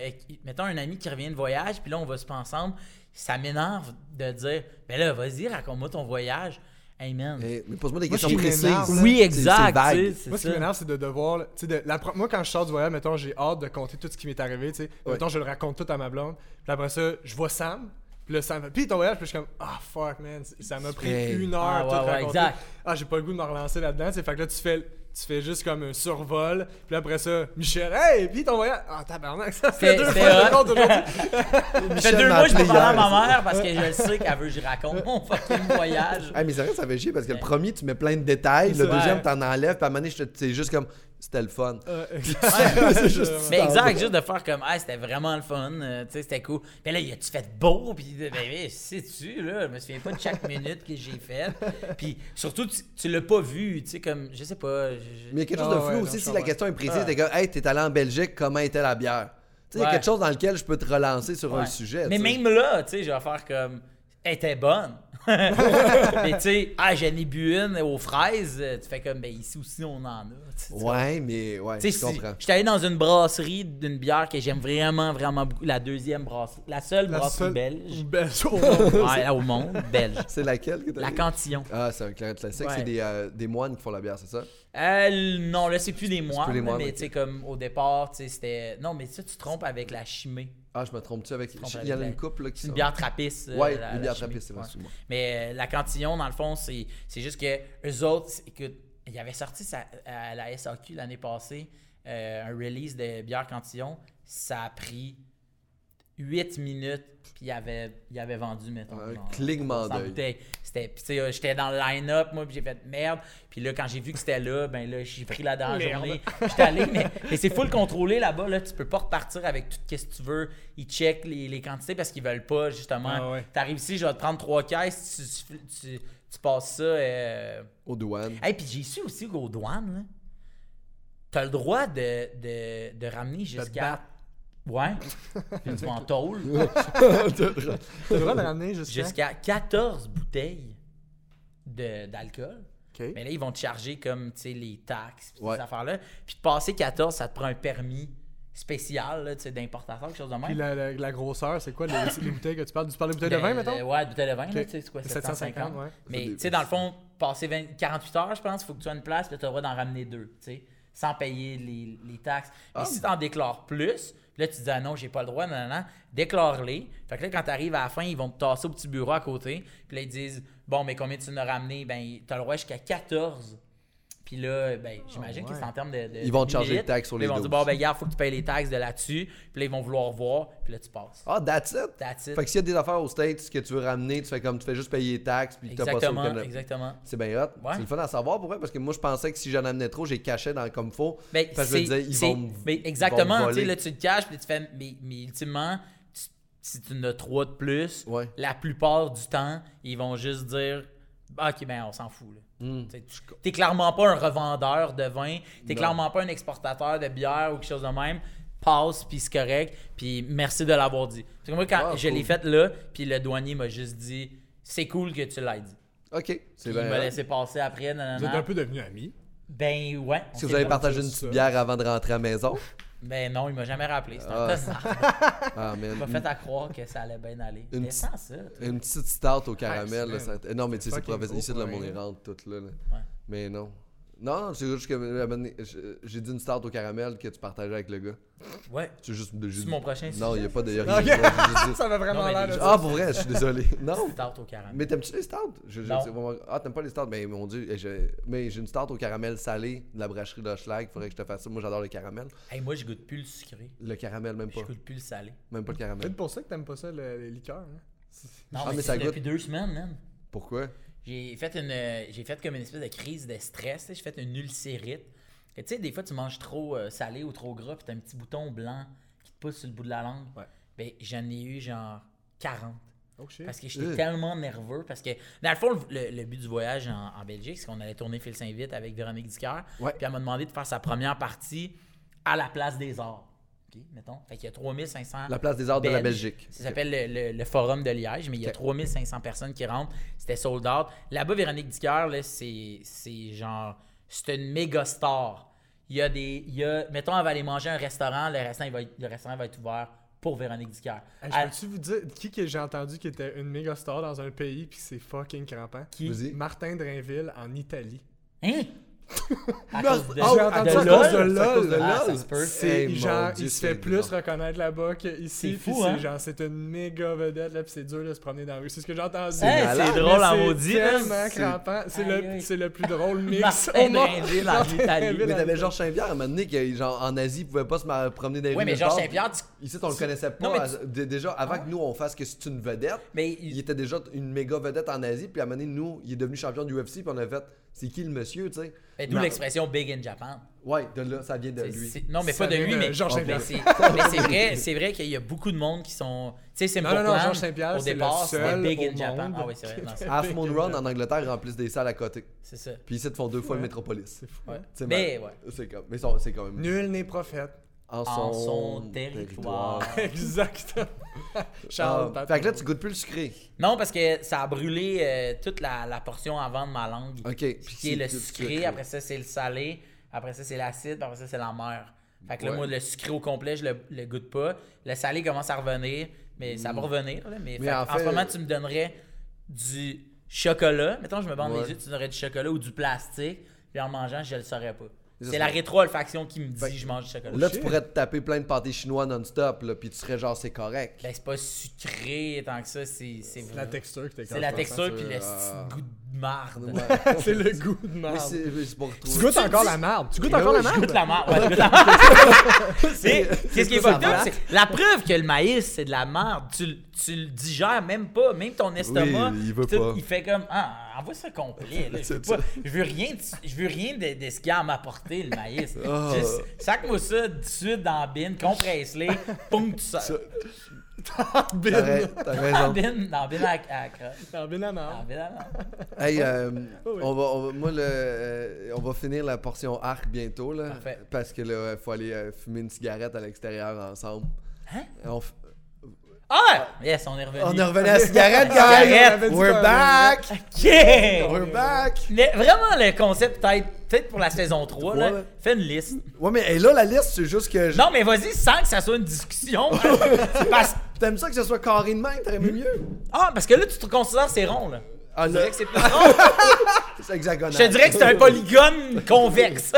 S1: mettons, un ami qui revient de voyage, puis là, on va se passer ensemble, ça m'énerve de dire, ben là, vas-y, raconte-moi ton voyage. Hey man.
S2: Eh, mais pose-moi des
S3: Moi,
S2: questions
S3: je suis
S2: précises.
S3: énerve, là.
S1: Oui,
S2: C'est- C'est
S1: exact. tu sais,
S2: vague.
S1: c'est
S3: Moi, ce qui
S1: ça.
S3: m'énerve, c'est de devoir. là, tu sais, De, la, pro- moi, quand je sors du voyage, mettons, j'ai hâte de compter tout ce qui m'est arrivé. tu sais.
S2: Ouais.
S3: Mettons, je le raconte tout à ma blonde. Puis après ça, je vois Sam. Puis là, Sam fait. Puis ton voyage, puis je suis comme. Ah, fuck, man. Ça m'a pris
S2: Hey.
S3: une heure
S1: Ah,
S3: tout
S1: ouais, ouais,
S3: raconter.
S1: exact.
S3: Ah, j'ai pas le goût de me relancer là-dedans. tu sais. Fait que là, tu fais, tu fais juste comme un survol. Puis après ça, Michel, hey, puis ton voyage. Ah, tabarnak, ça fait
S1: C'est-
S3: deux
S1: c'est
S3: fois que je
S1: hot.
S3: compte aujourd'hui.
S1: Ça fait
S2: Michel
S1: deux
S2: m'a
S1: mois que je
S2: appelé
S1: peux parler à
S2: hier.
S1: ma mère parce que je le sais qu'elle veut que je raconte mon fucking voyage.
S2: Ah, mais c'est vrai, ça fait chier parce que le
S1: Ouais.
S2: premier, tu mets plein de détails, le
S3: C'est vrai.
S2: deuxième, t'en enlèves, puis à un moment donné, je te- c'est juste comme, c'était le fun.
S3: Euh,
S2: C'est juste
S1: Mais
S2: ça.
S1: exact, juste de faire comme, ah, c'était vraiment le fun, euh, tu sais, c'était cool. Mais là, il a-tu fait beau? Puis, ben, ben, sais-tu, là, je me souviens pas de chaque minute que j'ai faite. Puis, surtout, tu, tu l'as pas vu, tu sais, comme, je sais pas. je- je-
S2: Mais il y a quelque chose
S3: Ah
S2: de
S3: ouais,
S2: flou
S3: non,
S2: aussi
S3: je
S2: si la
S3: comprends.
S2: question est précise.
S3: Ah.
S2: T'es comme, hey, t'es allé en Belgique, comment était la bière? Tu sais, il y a
S1: Ouais.
S2: quelque chose dans lequel je peux te relancer sur un
S1: Ouais.
S2: sujet.
S1: Mais
S2: tu sais.
S1: même là, tu sais, je vais faire comme. elle était bonne. mais tu sais, ah, j'en ai bu une aux fraises. Tu fais comme, ben ici aussi, on en a. tu sais, tu
S2: Ouais, mais ouais,
S1: Tu
S2: je
S1: sais, si-
S2: comprends.
S1: j'étais allé dans une brasserie d'une bière que j'aime vraiment, vraiment beaucoup. La deuxième brasserie. La seule
S3: La
S1: brasserie
S3: seule-
S1: belge.
S3: Ben, au monde.
S1: Ouais, au monde, belge.
S2: C'est laquelle que t'as
S1: La
S2: dit?
S1: Cantillon.
S2: Ah, c'est un claret classique.
S1: Ouais.
S2: C'est des, euh, des moines qui font la bière, c'est ça?
S1: Euh, non, là, c'est plus des moines.
S2: plus les moines,
S1: mais
S2: ok.
S1: tu sais, comme au départ, tu sais, c'était. Non, mais ça, tu te trompes avec la chimée.
S2: Ah, je me trompe-tu avec.
S1: trompe
S2: Il y en a
S1: avec
S2: une couple là, qui
S1: C'est une
S2: sont-
S1: bière trapiste. euh,
S2: Ouais,
S1: la-
S2: une
S1: la
S2: bière
S1: chimée.
S2: trappiste, c'est vrai,
S1: Ouais.
S2: excuse-moi.
S1: Mais euh, la Cantillon, dans le fond, c'est c'est juste que eux autres, c'est- écoute, ils avaient sorti ça à la SAQ l'année passée, euh, un release de bière Cantillon. Ça a pris 8 minutes, puis ils avaient, ils avaient vendu, mettons.
S2: Un
S1: genre,
S2: clignement
S1: sans
S2: d'œil.
S1: bouteille. C'était, puis tu sais, euh, j'étais dans le line-up, moi, puis j'ai fait merde. Puis là, quand j'ai vu que c'était là, ben là, j'ai pris la dernière
S3: Merde.
S1: journée. J'étais allé, mais, mais c'est full contrôlé là-bas, là. Tu peux pas repartir avec tout ce que tu veux. Ils checkent les, les quantités parce qu'ils veulent pas, justement.
S3: Ah ouais.
S1: T'arrives ici, je vais te prendre trois caisses, tu, tu- tu- tu passes ça. Euh...
S2: Aux douanes.
S1: Hey, puis j'ai su aussi qu'aux douanes, là, t'as le droit de, de, de ramener jusqu'à. Ouais. Puis tu m'en tôles.
S3: T'as le droit de ramener jusqu'à.
S1: Jusqu'à 14 bouteilles de- d'alcool.
S3: Ok.
S1: Mais là, ils vont te charger comme tu sais, les taxes, pis
S2: Ouais.
S1: ces affaires-là. Puis de passer 14, ça te prend un permis spécial là, tu sais, d'importateur, quelque chose de même.
S3: Puis la, la- la grosseur, c'est quoi les, les bouteilles que tu parles Tu parles de bouteilles de vin,
S1: Ben,
S3: mettons
S1: le- Ouais, de bouteille de vin, là,
S3: Ok.
S1: tu sais, c'est quoi, 750.
S3: 750, ouais.
S1: Mais
S2: C'est des-
S1: tu sais, dans le fond, passer 20 48 heures, je pense, il faut que tu aies une place, puis tu as le droit d'en ramener deux, tu sais, sans payer les, les taxes. Mais
S2: Ah.
S1: si tu en déclares plus, là, tu dis, ah non, j'ai pas le droit, non, non, non, déclare-les. Fait que là, quand tu arrives à la fin, ils vont te tasser au petit bureau à côté, puis là, ils disent, bon, mais combien tu en as ramené? Ben, tu as le droit jusqu'à 14. Puis là, ben, j'imagine
S3: Ah,
S1: que c'est
S3: ouais.
S1: en termes de, de-
S2: Ils vont
S1: de
S2: te charger
S1: millilitres.
S2: de taxes sur
S1: Puis là,
S2: les
S1: Ils vont dire,
S2: doses.
S1: bon, ben, regarde, faut que tu payes les taxes de là-dessus, puis là, ils vont vouloir voir, puis là, tu passes.
S2: Ah, that's it.
S1: That's it.
S2: Fait que s'il y a des affaires aux States que tu veux ramener, tu fais comme tu fais juste payer les taxes, puis t'as pas ça au
S1: Exactement,
S2: Canada.
S1: exactement.
S2: C'est bien hot.
S1: Ouais.
S2: C'est le fun à savoir pour vrai, parce que moi je pensais que si j'en amenais trop, j'ai caché dans comme faux.
S1: Ben,
S2: parce que je me
S1: c'est-
S2: disais, ils
S1: c'est-
S2: vont me-
S1: ben,
S2: ils vont
S1: exactement,
S2: me
S1: tu sais,
S2: voler.
S1: là, tu te caches, puis tu fais, mais, mais ultimement, tu- si tu en as trois de plus,
S2: Ouais.
S1: la plupart du temps, ils vont juste dire, Ah, ok, ben on s'en fout. Là.
S2: Hmm.
S1: Tu sais, tu- T'es clairement pas un revendeur de vin, t'es
S2: Non.
S1: clairement pas un exportateur de bière ou quelque chose de même. Passe, puis c'est correct, puis merci de l'avoir dit. Parce que moi, quand
S2: Ah,
S1: je l'ai
S2: cool.
S1: fait là, puis le douanier m'a juste dit, c'est cool que tu l'aies dit.
S2: Ok, c'est
S1: Puis il
S2: bien.
S1: m'a
S2: hot.
S1: laissé passer après.
S3: Vous
S1: nanana.
S3: êtes un peu devenus amis.
S1: Ben ouais. on
S2: Est-ce que
S1: s'est
S2: vous avez
S1: pas-
S2: partagé
S3: dire
S2: une petite
S3: ça.
S2: bière avant de rentrer à la maison?
S1: Ben non, il m'a jamais rappelé. C'est un
S2: Ah.
S1: costard.
S2: Ah, man.
S1: Il m'a fait à croire que ça allait bien aller.
S2: Une
S1: Mais sans ça. toi.
S2: Une petite start au
S3: Ah,
S2: caramel.
S3: c'est
S2: là,
S3: bien.
S2: ça- Eh Non, mais tu sais, c'est
S3: Fucking
S2: professionnel. Ici,
S3: beau,
S2: le
S3: ouais.
S2: monde est rentre tout là. là. Mais non. Non, c'est juste que euh, ben, je- j'ai dit une start au caramel que tu partageais avec le gars.
S1: Ouais.
S2: C'est juste. j'ai
S1: C'est
S2: dit-
S1: mon prochain
S2: Non, il n'y
S1: sujet,
S2: a pas de. y a
S3: ça?
S2: rien.
S3: Ok.
S2: J'ai juste dit-
S3: Ça va vraiment
S1: Non, mais
S3: l'air
S1: les
S3: de
S1: gens-
S2: Ah, pour vrai, je suis désolé. Non.
S1: Tarte au caramel.
S2: Mais t'aimes-tu les stouts? Je- je-
S1: Non.
S2: c'est vraiment- Ah, t'aimes pas les stouts? Mais mon dieu, eh, je- mais j'ai une start au caramel salé de la brasserie de Schlag. Faudrait que je te fasse ça. Moi, j'adore le caramel.
S1: Hey, moi, je goûte plus le sucré.
S2: Le caramel, même
S1: Je
S2: pas.
S1: goûte plus le salé.
S2: Même pas le
S3: C'est
S2: caramel.
S3: pour ça que t'aimes pas ça, le- les liqueurs. hein?
S1: Non,
S2: Ah,
S1: mais,
S2: mais
S1: c'est
S2: ça
S1: depuis deux semaines, man.
S2: Pourquoi?
S1: J'ai fait une. euh, J'ai fait comme une espèce de crise de stress. tu sais, J'ai fait une ulcérite. Et Tu sais, des fois, tu manges trop euh, salé ou trop gras, puis t'as un petit bouton blanc qui te pousse sur le bout de la langue.
S3: Ouais.
S1: Ben, j'en ai eu genre 40.
S3: Oh shit.
S1: Parce que j'étais
S2: Euh.
S1: tellement nerveux. Parce que, dans le fond, le, le but du voyage en, en Belgique, c'est qu'on allait tourner Phil Saint-Vite avec Véronique Dicker.
S2: Ouais.
S1: Puis elle m'a demandé de faire sa première partie à la place des arts. OK, mettons. Fait qu'il y a 3500.
S2: La place des arts de la Belgique.
S1: Ça s'appelle le, le- le Forum de Liège, mais il y a
S2: Ok.
S1: 3500 personnes qui rentrent. C'était sold out. Là-bas, Véronique Dicker, là, c'est c'est genre. C'est une méga star. Il y a des. il y a- mettons, elle va aller manger à un restaurant, le restaurant, il va être, le restaurant va être ouvert pour Véronique Dicker.
S3: Hey,
S1: Elle-
S3: Ah, je peux-tu vous dire qui que j'ai entendu qui était une méga star dans un pays puis que c'est fucking crampant?
S1: Qui?
S2: Vas-y.
S3: Martin Drainville en Italie.
S1: Hein? À
S2: Non,
S1: cause de,
S2: ah oui,
S3: J'ai
S2: à
S3: entendu
S1: de
S3: ça
S2: LOL?
S3: à cause de
S1: LOL?
S2: C'est à cause de
S3: LOL.
S1: Ah,
S2: LOL?
S1: ça se peut.
S3: C'est
S2: Hey, mon
S3: genre,
S2: Dieu,
S3: il se fait
S2: c'est
S3: plus
S2: bizarre.
S3: reconnaître là-bas qu'ici.
S1: C'est
S3: puis
S1: fou,
S3: c'est
S1: hein?
S3: genre, c'est une méga vedette, là, puis c'est dur de se promener dans la rue. C'est ce que j'ai entendu.
S1: Hey,
S3: Mais
S2: malade.
S1: c'est drôle en
S3: c'est
S1: maudit. hein?
S3: tellement crampant. C'est
S1: Aïe,
S3: le,
S1: aïe.
S3: c'est le plus drôle mix
S1: Martin
S3: au monde.
S1: Drainville en
S3: Martin
S1: Italie.
S3: Drainville
S2: Mais
S3: en
S2: t'avais
S3: Italie.
S2: Georges Saint-Pierre à un moment donné, que, genre, en Asie, il pouvait pas se mar- promener dans les
S1: Oui,
S2: rues
S1: mais
S2: nulle
S1: Georges
S2: part.
S1: Saint-Pierre, tu-
S2: Ici, on le connaissait pas.
S1: Non, mais
S2: à-
S1: tu-
S2: dé- Déjà, avant que nous, on fasse que c'est une vedette,
S1: mais
S2: il
S1: il-
S2: était déjà une méga vedette en Asie. Puis à un moment donné, nous, il est devenu champion du UFC. Puis on a fait, c'est qui le monsieur, tu sais?
S1: mais d'où
S2: Non.
S1: l'expression Big in Japan.
S2: Ouais, de là, ça vient de
S1: C'est-
S2: lui.
S1: c'est- Non, mais
S3: Ça
S1: pas de
S3: vient
S1: lui,
S3: de
S1: mais,
S3: Georges
S1: mais
S3: Saint-Pierre.
S1: c'est mais c'est vrai, c'est vrai qu'il y a beaucoup de monde qui sont. Tu sais, c'est
S3: Non, non, non,
S1: Portland,
S3: Georges Saint-Pierre,
S1: Au
S3: c'est le
S1: départ, c'était
S3: seul
S1: Big in
S3: au
S1: Japan.
S3: monde.
S1: Ah oui, c'est vrai. Non, c'est-
S2: Half Moon Run en Angleterre remplissent des salles à côté.
S1: c'est ça.
S2: Puis ici, ils te font deux fois le métropolis.
S3: C'est fou.
S1: Ouais.
S2: Tu sais,
S1: Mais ouais.
S2: C'est comme, mais son- c'est quand même.
S3: Nul n'est prophète.
S2: En
S1: son territoire.
S3: Exactement. Charles,
S2: Ah,
S3: Pat-
S2: fait que là, tu goûtes plus le sucré.
S1: Non, parce que ça a brûlé euh, toute la, la portion avant de ma langue.
S2: OK.
S1: Puis
S2: Puis
S1: qui est le
S2: c'est du
S1: sucré, après ça c'est le salé, après ça c'est l'acide, puis après ça c'est l'amère. Fait que là,
S2: Ouais.
S1: moi, le sucré au complet, je le, le goûte pas. Le salé commence à revenir, mais ça va revenir. là, mais
S2: Mm.
S1: fait
S2: Mais
S1: que
S2: en
S1: en,
S2: fait-
S1: ce moment, tu me donnerais du chocolat. Mettons, je me bande
S2: Ouais.
S1: les yeux, tu me donnerais du chocolat ou du plastique, puis en mangeant, je le saurais pas.
S2: Ça,
S1: C'est la
S2: c'est-
S1: rétro-olfaction qui me dit je mange du chocolat.
S2: Là, tu pourrais te taper plein de pâtés chinois non-stop, là, puis tu serais genre, c'est correct.
S1: Ben, c'est pas sucré tant que ça, c'est c'est
S3: C'est la
S1: vrai.
S3: texture que t'es
S1: C'est la
S3: capable de faire,
S1: texture, puis le
S2: euh,
S1: petit goût de marde.
S2: Ouais.
S3: ça. C'est le goût de
S2: Mais
S3: merde.
S2: c'est mais c'est pour retrouver.
S3: Tu goûtes
S1: Tu
S3: encore
S1: dis- Ben
S3: la merde. Tu goûtes
S2: Mais
S3: encore
S2: oui,
S3: la
S2: je
S1: Je
S3: merde.
S1: goûte la merde. Ouais, je goûte la merde. Mais Qu'est-ce qui est
S2: ça
S1: fucked up,
S2: marche.
S1: c'est la preuve que le maïs, c'est de la merde. Tu, le- tu le digères même pas. Même ton estomac,
S2: Oui, il veut
S1: tout,
S2: pas.
S1: il fait comme Ah, envoie ça complet. là. Je, veux
S2: C'est
S1: pas- je veux rien, de- je veux rien de, de ce qu'il y a à m'apporter, le maïs.
S2: Ah.
S1: Juste, sac-moi ça tout de suite dans la bine, compresse-les, poum, tu sors.
S2: T'as ra- t'as
S1: Dans la
S2: raison.
S1: bine, dans la bine à, à crotte.
S3: T'en viens la
S1: Dans la
S3: merde.
S1: bine à merde.
S2: Hey, euh,
S1: Oh,
S3: oui.
S2: on va, on va- moi, le, euh, on va finir la portion arc bientôt, là.
S1: Parfait.
S2: Parce que là, il faut aller euh, fumer une cigarette à l'extérieur ensemble.
S1: Hein?
S2: On, f-
S1: Ah! Yes, on est revenu.
S2: on est revenu à la cigarette, guys!
S1: Cigarette.
S2: We're back!
S1: Yeah!
S2: We're back!
S1: Mais vraiment, le concept, peut-être peut-être pour la saison 3, là,
S2: Ouais.
S1: fais une liste.
S2: Ouais, mais hey, là, la liste, c'est juste que. je-
S1: Non, mais vas-y, sans que ça soit une discussion. hein. parce...
S2: T'aimes ça que ce soit carré de main, t'aimes mieux?
S1: Ah, parce que là, tu te considères que c'est rond, là.
S2: Ah,
S1: Je
S2: là,
S1: dirais que c'est plus rond.
S2: c'est hexagonal.
S1: Je te dirais que c'est un polygone convexe.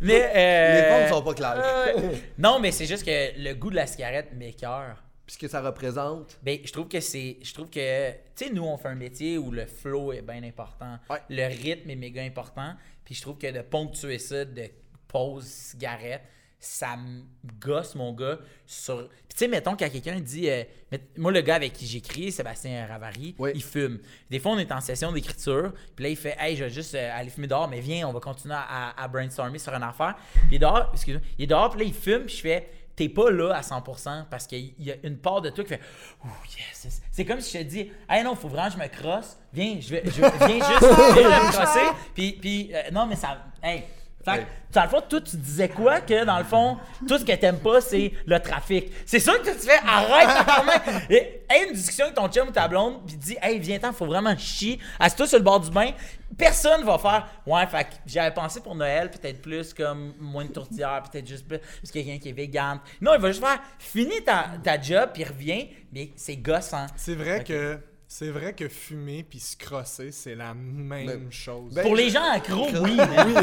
S1: mais.
S2: Les
S1: Euh...
S2: formes sont pas claires.
S1: euh, Non, mais c'est juste que le goût de la cigarette m'écœure.
S2: Puisque ça représente.
S1: Ben, je trouve que c'est. Je trouve que. Tu sais, nous, on fait un métier où le flow est bien important.
S2: Ouais.
S1: Le rythme est méga important. Puis je trouve que de ponctuer ça, de pause cigarette, ça me gosse, mon gars. Sur... Puis tu sais, mettons, quand quelqu'un dit. euh, mais- moi, le gars avec qui j'écris, Sébastien Ravary,
S2: Oui.
S1: il fume. Des fois, on est en session d'écriture. Puis là, il fait Hey, je vais juste euh, aller fumer dehors, mais viens, on va continuer à, à brainstormer sur une affaire. Puis il est dehors, excuse il est dehors, puis là, il fume, puis je fais T'es pas là à 100% parce qu'il y a une part de toi qui fait Ouh, yes, yes. C'est comme si je te dis Hey, non, faut vraiment que je me crosse. Viens, je vais, je, viens juste je vais me crosser. Puis, puis euh, non, mais ça. Hey. Fait que,
S2: Hey.
S1: dans le fond, toi, tu disais quoi que, dans le fond, tout ce que t'aimes pas, c'est le trafic. C'est sûr que tu fais arrête, tabarnak. Et Aie une discussion avec ton chum ou ta blonde, puis dis, hey, viens-t'en, faut vraiment chier. Assieds-toi sur le bord du bain. Personne va faire, ouais, fait que j'avais pensé pour Noël, peut-être plus comme moins de tourtière, peut-être juste plus, parce qu'il y a quelqu'un qui est vegan. Non, il va juste faire, finis ta, ta job, puis reviens, mais c'est gossant.
S3: C'est vrai
S1: Ok.
S3: que. C'est vrai que fumer puis se crosser, c'est la même
S2: Ben-
S3: chose.
S2: ben-
S1: Pour les gens accros, oui, man.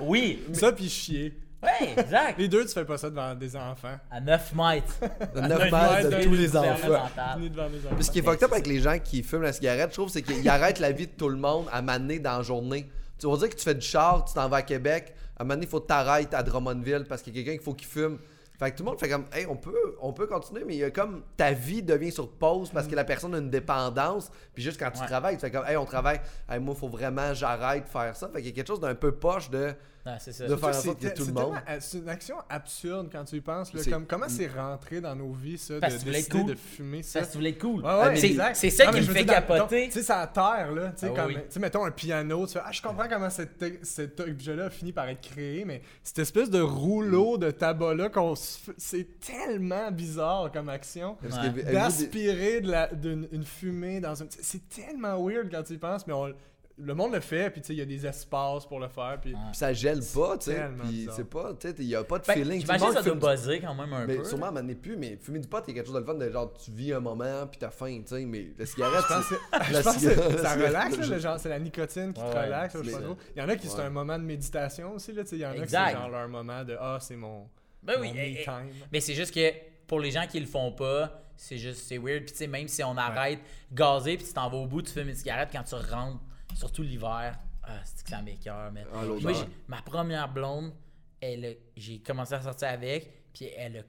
S1: Oui.
S3: ça puis chier.
S1: Ouais, exact.
S3: Les deux, tu fais pas ça devant des enfants.
S1: À 9 mètres.
S2: Le 9
S3: neuf
S2: mètres de
S3: mètres
S2: tous
S3: de
S2: les
S1: gouvernement.
S2: enfants.
S1: Mental.
S3: Ni devant mes enfants.
S2: Puis ce qui est fucked up avec les gens qui fument la cigarette, je trouve, c'est qu'ils arrêtent la vie de tout le monde à maner dans la journée. Tu vas dire que tu fais du char, tu t'en vas à Québec, à maner, il faut que t'arrêtes à Drummondville parce qu'il y a quelqu'un qu'il faut qu'il fume. Fait que tout le monde fait comme, hey, on peut, on peut continuer, mais il y a comme ta vie devient sur pause parce que la personne a une dépendance. Puis juste quand tu
S1: Ouais.
S2: travailles, tu fais comme, hey, on travaille, hey, moi, faut vraiment, j'arrête de faire ça. Fait qu'il y a quelque chose d'un peu poche de.
S1: Ouais, c'est ça.
S2: De faire en
S3: C'est
S2: sorte que
S3: te-
S2: tout le
S3: c'est
S2: monde-
S3: tellement- euh, C'est une action absurde quand tu y penses. là,
S2: C'est-
S3: comme, comment c'est rentré dans nos vies, ça,
S1: Parce
S3: de
S1: que tu voulais être
S3: décider
S1: cool.
S3: de fumer ça?
S1: Ça, si tu voulais être cool.
S3: Ouais, ouais,
S1: c'est,
S3: exact.
S1: c'est ça
S3: Non,
S1: qui
S3: mais
S1: me
S3: je veux
S1: fait
S3: dire, dans- dans-
S1: capoter.
S3: Tu sais, ça terre, là. Tu sais,
S1: Ah
S3: comme,
S1: oui.
S3: tu sais, mettons un piano, tu fais, ah, je comprends comment cet, cet objet-là a fini par être créé, mais cette espèce de rouleau de tabac-là, qu'on se f- c'est tellement bizarre comme action.
S2: Parce
S1: Ouais.
S2: que-
S3: D'aspirer de la- d'une une fumée dans une. C'est tellement weird quand tu y penses, mais on- le monde le fait, puis tu sais, il y a des espaces pour le faire, puis.
S2: Puis ça gèle pas, tu sais.
S3: tellement
S2: Puis
S3: bizarre.
S2: c'est pas, tu sais, il y a pas de
S1: Fait que
S2: feeling. Tout
S1: J'imagine
S2: le
S1: que
S2: monde
S1: ça doit
S2: fume-
S1: buzzer quand même un
S2: Mais
S1: peu.
S2: sûrement, elle m'en est plus, mais fumer du pot, il y a quelque chose de le fun, de genre, tu vis un moment, puis t'as faim, tu sais, mais la cigarette,
S3: Je pense
S2: c'est-
S3: que-
S2: la
S3: je pense
S2: cigarette,
S3: que ça
S2: c'est-
S3: relaxe, là, le genre, c'est la nicotine qui
S1: Ouais,
S3: te
S1: ouais,
S3: relaxe. je
S2: c'est
S3: sais pas
S2: ça.
S3: trop. Il y en a qui c'est
S2: Ouais.
S3: un moment de méditation aussi, là, tu sais, il y en a qui
S1: Exact.
S3: c'est genre leur moment de Ah, c'est mon,
S1: Ben
S3: mon
S1: oui,
S3: me
S1: eh, eh,
S3: time.
S1: mais c'est juste que pour les gens qui le font pas, c'est juste, c'est weird. Puis tu sais, même si on arrête gazer, puis tu t'en vas au bout, tu fumes une cigarette, quand tu rentres, surtout l'hiver, ah, c'est que ça m'écœure, mais.
S2: Ah, l'odeur.
S1: Moi, j'ai- ma première blonde, elle, a- j'ai commencé à sortir avec, puis elle, a-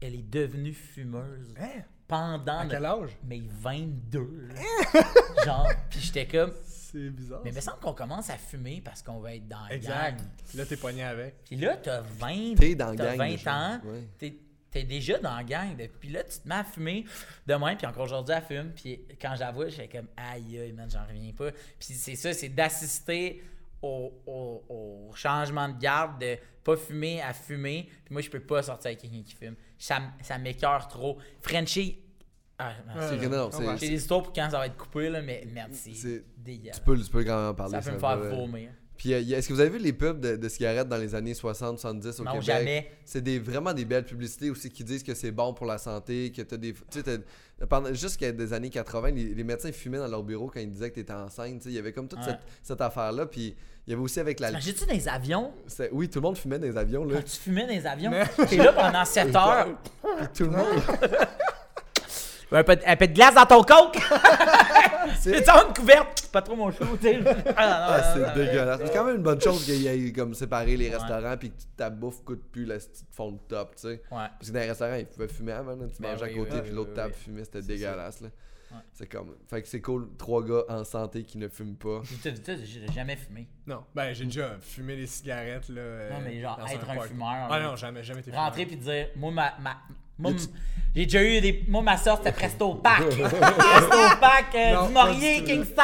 S1: elle est devenue fumeuse.
S3: Hein?
S1: Pendant
S3: À
S1: notre-
S3: quel âge
S1: Ah, mais 22 là. genre puis j'étais comme
S3: C'est bizarre.
S1: mais il me semble qu'on commence à fumer parce qu'on va être dans la
S3: exact.
S1: gang.
S3: Puis Là, t'es pogné avec.
S1: Puis là, t'as 20,
S2: T'es dans la
S1: t'as
S2: gang,
S1: 20
S2: déjà.
S1: ans,
S2: Ouais.
S1: t'es, t'es déjà dans la gang. de- Puis là, tu te mets à fumer demain, puis encore aujourd'hui, à fume. Puis quand j'avoue, je fais comme aïe, aïe, man, j'en reviens pas. Puis c'est ça, c'est d'assister au, au- au changement de garde, de pas fumer à fumer. Puis moi, je peux pas sortir avec quelqu'un qui fume. Ça, m- ça m'écœure trop. Frenchie, Ah, merci.
S3: Ouais,
S2: C'est
S3: ouais.
S2: non, c'est-
S3: Ouais.
S1: J'ai des histoires pour quand ça va être coupé, là, mais merde,
S2: C'est-
S1: c'est
S2: Tu
S1: dégueulasse.
S2: peux, tu peux quand même en parler.
S1: Ça peut me faire
S2: va, ouais.
S1: vomir.
S2: Puis euh, y a- est-ce que vous avez vu les pubs de, de cigarettes dans les années 60, 70 au
S1: Non,
S2: Québec?
S1: jamais.
S2: C'est des, vraiment des belles publicités aussi qui disent que c'est bon pour la santé, que t'as des... Tu sais, t'as- pendant- jusqu'à des années 80, les, les médecins fumaient dans leur bureau quand ils disaient que t'étais enceinte. tu sais, Il y avait comme toute
S1: Ouais.
S2: cette, cette affaire-là. Puis il y avait aussi avec la...
S1: T'imagines-tu dans les avions?
S2: c'est- Oui, tout le monde fumait dans les avions, là.
S1: Quand tu fumais dans les avions, t'es là pendant 7 heures.
S2: Puis tout le monde...
S1: Un peu, de, un peu de glace dans ton coke!
S2: C'est-
S1: T'es en une couverte! C'est pas trop mon chou, tu sais.
S2: Ah,
S1: Ah, non, non, non,
S2: c'est
S1: non.
S2: dégueulasse. C'est quand même une bonne chose qu'il y ait comme séparé les restaurants puis que ta bouffe coûte plus la petite fond de top, tu sais.
S1: Ouais.
S2: Parce que dans les restaurants, ils pouvaient fumer avant, là. tu
S1: Ben
S2: mangeais à
S1: oui,
S2: côté,
S1: oui,
S2: puis
S1: oui,
S2: l'autre
S1: oui,
S2: table
S1: oui.
S2: fumait, c'était
S1: C'est
S2: dégueulasse. Là.
S1: Ouais.
S2: C'est comme. Fait que c'est cool, trois gars en santé qui ne fument pas.
S1: Puis t'as- t'as- J'ai jamais fumé.
S3: Non, ben j'ai déjà fumé des cigarettes là. euh,
S1: Non, mais genre,
S3: dans
S1: être un
S3: party.
S1: fumeur,
S3: Ah
S1: là.
S3: non, jamais, jamais été
S1: Rentrer
S3: fumeur.
S1: puis dire, moi, ma. ma- moi,
S2: Y a-tu-
S1: m- j'ai déjà eu des. Moi, ma soeur, c'était Presto Pack! Presto Pack, euh,
S3: Non,
S1: du
S3: pas
S1: Laurier,
S3: du tout.
S1: King Size!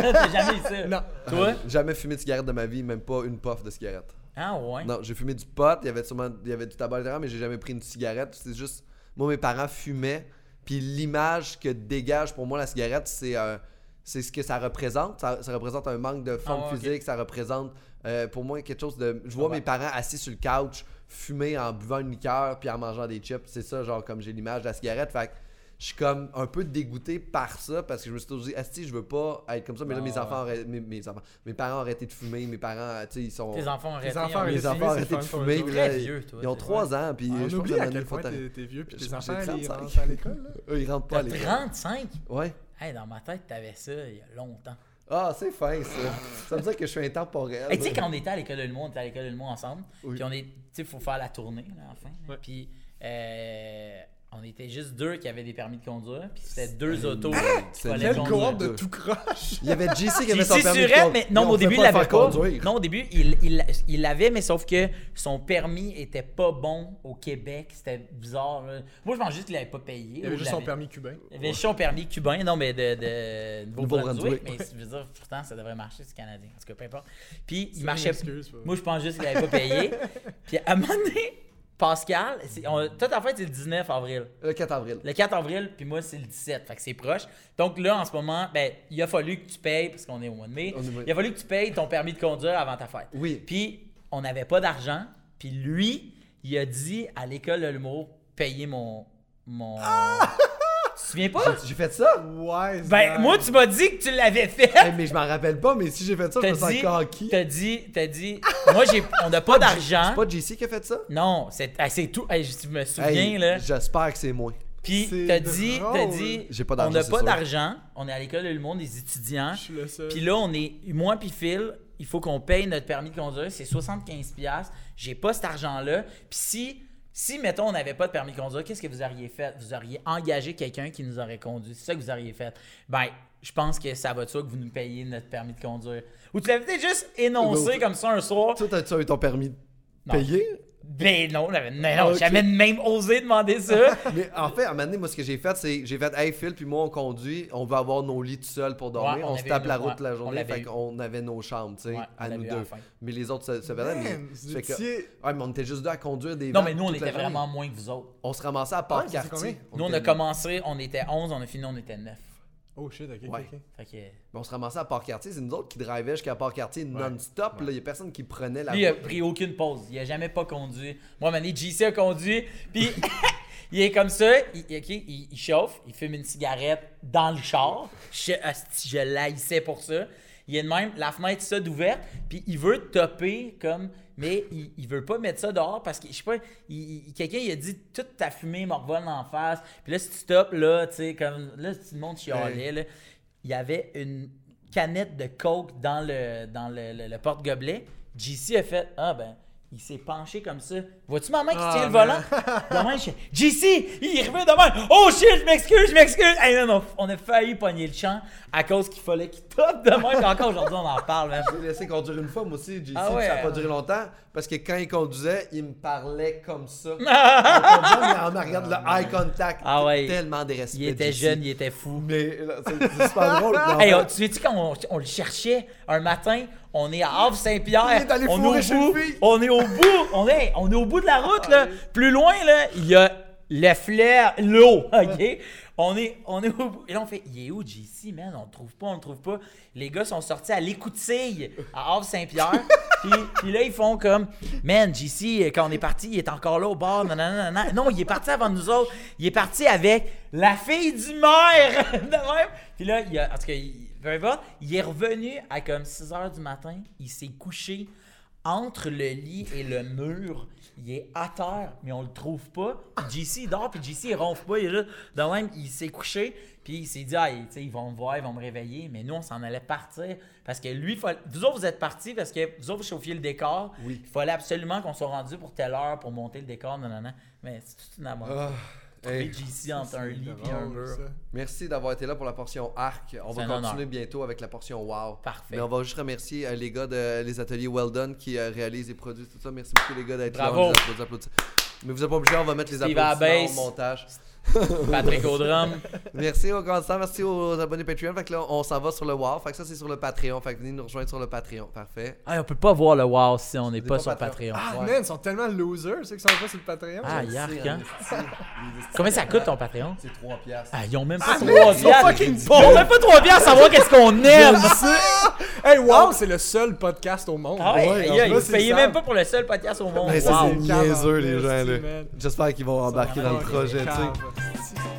S1: T'as jamais eu ça?
S3: Non.
S1: Toi?
S2: Jamais fumé de cigarette de ma vie, même pas une puff de cigarette.
S1: Ah, ouais.
S2: Non, j'ai fumé du pot, il y avait sûrement il y avait du tabac derrière, mais j'ai jamais pris une cigarette. C'est juste. Moi, mes parents fumaient, puis l'image que dégage pour moi la cigarette, c'est. euh, c'est ce que ça représente. Ça, ça représente un manque de forme
S1: Ah ouais, ok. Ah,
S2: physique. Ça représente euh, pour moi quelque chose de. Je vois
S1: ouais.
S2: mes parents assis sur le couch, fumer en buvant une liqueur puis en mangeant des chips. C'est ça, genre, comme j'ai l'image de la cigarette. Fait que je suis comme un peu dégoûté par ça parce que je me suis toujours dit, Asti, je veux pas être comme ça. Mais là,
S1: Ah
S2: mes
S1: ouais.
S2: enfants, auraient- mes, mes enfants, mes parents ont arrêté de fumer. Mes parents, euh, tu sais, ils sont.
S1: Tes enfants
S3: Tes
S1: arrêtent.
S3: enfants
S1: ils ont-
S3: arrêtent.
S2: Les
S3: Laisser
S2: enfants
S3: fumer,
S2: arrêtent
S3: c'est
S2: de
S3: faire
S2: fumer.
S1: pour eux
S2: là,
S1: autres. Très
S2: ils-
S1: vieux, toi,
S2: ils ont
S1: t'es
S2: 3 ans. Puis, euh,
S3: Ah, on
S2: je pense
S3: oublie
S2: que
S3: à
S2: maintenant,
S3: quel
S2: il faut
S3: point
S2: être-
S3: t'es t'es vieux puis
S2: J'ai-
S3: tes
S2: j'ai
S3: enfants ils
S2: 35.
S3: rentrent à l'école là.
S2: Eux, ils rentrent pas à
S1: T'as
S2: l'école.
S1: 35?
S2: Ouais.
S1: Hey, dans ma tête, t'avais ça il y a longtemps.
S2: Ah, c'est fin, ça. ça veut dire que je suis intemporel.
S1: Hey, tu sais, quand on était à l'école de l'humour, on était à l'école de l'humour ensemble.
S2: Oui.
S1: Puis on est. Tu sais, faut faire la tournée, là, enfin. là.
S3: Ouais.
S1: Puis. euh, on était juste deux qui avaient des permis de conduire, puis c'était deux autos qui
S2: c'est
S1: fallait
S2: Quelle
S3: Quel
S2: blonde, cohorte
S1: conduire.
S3: cohorte
S2: de
S3: de
S2: là. tout
S3: tout croche
S2: Il y avait JC qui
S1: J'ai
S2: avait son permis de
S1: susurré,
S2: conduire.
S1: mais non, mais
S2: on
S1: au début,
S2: fait
S1: il
S2: pas le
S1: l'avait
S2: faire
S1: pas.
S2: conduire.
S1: Non, au début, il il- il l'avait, mais sauf que son permis était pas bon au Québec. C'était bizarre. là. Moi, je pense juste qu'il l'avait pas payé.
S3: Il avait
S1: ou
S3: juste
S1: il
S3: son
S1: l'avait-
S3: permis cubain.
S1: Il avait juste son permis cubain, non, mais de, de Nouveau-Brunswick.
S2: Nouveau-Brunswick,
S1: mais je veux dire, pourtant, ça devrait marcher, c'est canadien. En tout cas, peu importe. Puis, il
S3: une
S1: marchait.
S3: excuse, ouais.
S1: Moi, je pense juste qu'il avait pas payé. Puis, à un moment donné, Pascal, c'est- on, toi, ta fête, c'est le 19 avril.
S2: Le 4 Euh, avril.
S1: Le 4 avril, puis moi, c'est le 17. Fait que c'est proche. Donc là, en ce moment, ben, il a fallu que tu payes, parce qu'on est au mois de mai,
S2: On est au mois de-
S1: il a fallu que tu payes ton permis de conduire avant ta fête.
S2: Oui.
S1: Puis, on n'avait pas d'argent. Puis lui, il a dit à l'école de l'humour, payez mon... mon...
S2: Ah!
S1: Tu te souviens pas?
S2: J'ai fait ça?
S3: Ouais.
S1: Ben, moi, tu m'as dit que tu l'avais fait.
S2: Hey, mais je m'en rappelle pas, mais si j'ai fait ça, je
S1: T'as
S2: me sens
S1: dit, hein?
S2: conquis.
S1: t'as dit, t'as dit, moi, j'ai, on n'a pas d'argent.
S2: C'est pas JC qui a fait ça?
S1: Non, c'est, ah, c'est tout. Hey, je me souviens,
S2: Hey,
S1: là.
S2: J'espère que c'est moi.
S1: Puis,
S3: C'est
S1: t'as dit, t'as
S3: drôle.
S1: dit,
S2: J'ai pas
S1: on
S2: d'argent,
S1: n'a
S2: c'est
S1: pas
S2: sûr.
S1: d'argent. On est à l'école de le monde, des étudiants.
S3: je suis le seul.
S1: Puis là, on est, moi puis Phil, il faut qu'on paye notre permis de conduire, c'est 75 J'ai pas cet argent-là. Puis si, si mettons, on n'avait pas de permis de conduire, qu'est-ce que vous auriez fait Vous auriez engagé quelqu'un qui nous aurait conduit. C'est ça que vous auriez fait. Ben, je pense que ça va de soi que vous nous payiez notre permis de conduire. Ou tu l'avais peut-être juste
S2: Eh ben,
S1: énoncé
S2: Non.
S1: comme ça un soir.
S2: Toi, t'as-tu eu ton permis de
S1: Non.
S2: payer?
S1: Ben non, on avait- non, non,
S2: Ah, ok.
S1: jamais même osé demander ça.
S2: Mais en fait, à un moment donné, moi, ce que j'ai fait, c'est j'ai fait Hey Phil, puis moi, on conduit, on veut avoir nos lits tout seuls pour dormir.
S1: Ouais, on
S2: on se
S1: avait
S2: tape
S1: eu
S2: la
S1: nos-
S2: route
S1: ouais,
S2: toute la
S1: on
S2: journée,
S1: l'avait
S2: fait
S1: eu.
S2: qu'on avait nos chambres, tu sais,
S1: Ouais, on
S2: à nous
S1: l'avait eu à
S2: deux.
S1: la fin.
S2: Mais les autres se, se faisaient. Ben, Mais,
S3: Man, vous
S2: fait que-
S3: étiez-
S2: ouais, mais on était juste deux à conduire des
S1: non,
S2: vannes
S1: mais nous, on
S2: toute la
S1: était
S2: journée.
S1: vraiment moins que vous autres.
S2: On se ramassait à
S3: Ouais,
S2: part
S3: vous étiez
S2: quartier.
S1: Nous, on a
S2: était-
S1: commencé, on était 11, on a fini, on était 9.
S3: Oh shit, ok, ok,
S2: Ouais.
S3: ok.
S1: Fait que.
S2: mais on se ramassait à Port-Cartier, c'est nous autres qui drivaient jusqu'à Port-Cartier non-stop. Il n'y a personne qui prenait la
S1: Lui, il a
S2: route.
S1: pris aucune pause. Il a jamais pas conduit. Moi, à un moment donné, JC a conduit. Puis, il est comme ça. Il, il- ok, il- il chauffe. Il fume une cigarette dans le char. Je, asti, je l'haïssais pour ça. Il est de même, la fenêtre ça ouverte. Puis, il veut topper comme. Mais il, il veut pas mettre ça dehors parce que, je sais pas, il- il- quelqu'un, il a dit toute ta fumée me revole en face. Puis là, si tu stoppes, là, tu sais, comme. Là, si tout le monde chialait, là. Il y avait une canette de coke dans le, dans le, le- le porte-gobelet. JC a fait Ah ben, il s'est penché comme ça. Vois-tu ma main qui
S3: Ah,
S1: tient le
S3: man.
S1: volant Demain, je JC, il est revenu demain. Oh shit, je m'excuse, je m'excuse. Hey, man, on, on a failli pogner le champ à cause qu'il fallait qu'il top demain. Puis encore aujourd'hui, on en parle, man.
S2: Je l'ai laissé conduire une fois, moi aussi, JC,
S1: Ah
S2: puis ça n'a
S1: ouais,
S2: pas
S1: hein.
S2: duré longtemps, parce que quand il conduisait, il me parlait comme ça. en conduisant, mais en arrière de le eye contact,
S1: Ah ouais.
S2: tellement dérespect.
S1: Il était
S2: JC.
S1: jeune, il était fou.
S2: Mais là, c'est c'est super drôle. mais en
S1: Hey,
S2: fait,
S1: oh, tu sais-tu quand on, on le cherchait un matin, on est à Havre
S2: Il
S1: Saint-Pierre,
S2: est allé
S1: on,
S2: fourrer
S1: est
S2: chez
S1: au bout,
S2: une fille.
S1: on est au bout, on est, on est au bout de la route là. Plus loin là, il y a le flair, l'eau, ok. On est, on est au- Et là, on fait, il est où JC, man? On le trouve pas, on le trouve pas. Les gars sont sortis à l'écoutille à Havre-Saint-Pierre. puis, puis là, ils font comme, man, JC, quand on est parti, il est encore là au bar. Non, non, non, non. Non, il est parti avant nous autres. Il est parti avec la fille du maire. de même. Puis là, il a, en tout cas, il, peu importe, il est revenu à comme 6 heures du matin. Il s'est couché entre le lit et le mur, il est à terre, mais on le trouve pas. Puis JC il dort, puis JC il ronfle pas. Il est là. De même, il s'est couché, puis il s'est dit, ah, tu sais, ils vont me voir, ils vont me réveiller. Mais nous, on s'en allait partir parce que lui, fa- vous autres, vous êtes partis parce que vous autres, vous chauffiez le décor. Il fallait absolument qu'on soit rendu pour telle heure pour monter le décor. Non, non, non. Mais c'est toute une amour.
S2: Ah, hey,
S1: Trouver JC entre un lit et un mur.
S2: Merci d'avoir été là pour la portion arc. On
S1: C'est
S2: va
S1: un
S2: continuer
S1: honneur.
S2: bientôt avec la portion wow.
S1: Parfait.
S2: Mais on va juste remercier euh, les gars de les ateliers Well Done qui euh, réalisent et produisent tout ça. Merci beaucoup les gars d'être là.
S1: Bravo.
S2: On les applaudit, applaudit. Mais vous êtes pas obligés, on va mettre les
S1: Steve
S2: applaudissements
S1: Abbas.
S2: au montage.
S1: Patrick Audrum.
S2: Merci aux constants, merci aux abonnés Patreon. Fait que là, on s'en va sur le wow. Fait que ça, c'est sur le Patreon. Fait que venez nous rejoindre sur le Patreon. Parfait.
S1: Ah, on peut pas voir le wow si on n'est
S2: C'est
S1: pas,
S2: pas
S1: sur
S2: Patreon.
S1: Patreon.
S3: Ah,
S2: Ouais.
S3: man, ils sont tellement losers, ceux qui sont pas sur le Patreon.
S1: Ah,
S2: Merci,
S1: yark, hein?
S2: Anesti. Les esti-
S1: Combien ça coûte ton Patreon?
S2: C'est 3 piastres.
S1: Ah, ils ont même pas
S3: mais
S1: trois
S3: ils sont
S1: bières.
S3: fucking
S1: Ils ont même pas trois bières à savoir qu'est-ce qu'on aime.
S3: Hey, wow, c'est le seul podcast au monde.
S1: Ah ouais,
S3: Ouais,
S1: aïe,
S3: en
S1: aïe,
S3: plus,
S1: vous payez
S3: savent.
S1: même pas pour le seul podcast au monde.
S2: Mais ça,
S1: Wow.
S2: c'est
S3: Wow.
S2: niaiseux, les gens,
S3: Merci,
S2: là.
S3: man.
S2: J'espère qu'ils vont embarquer dans le projet, tu sais.
S3: Cave.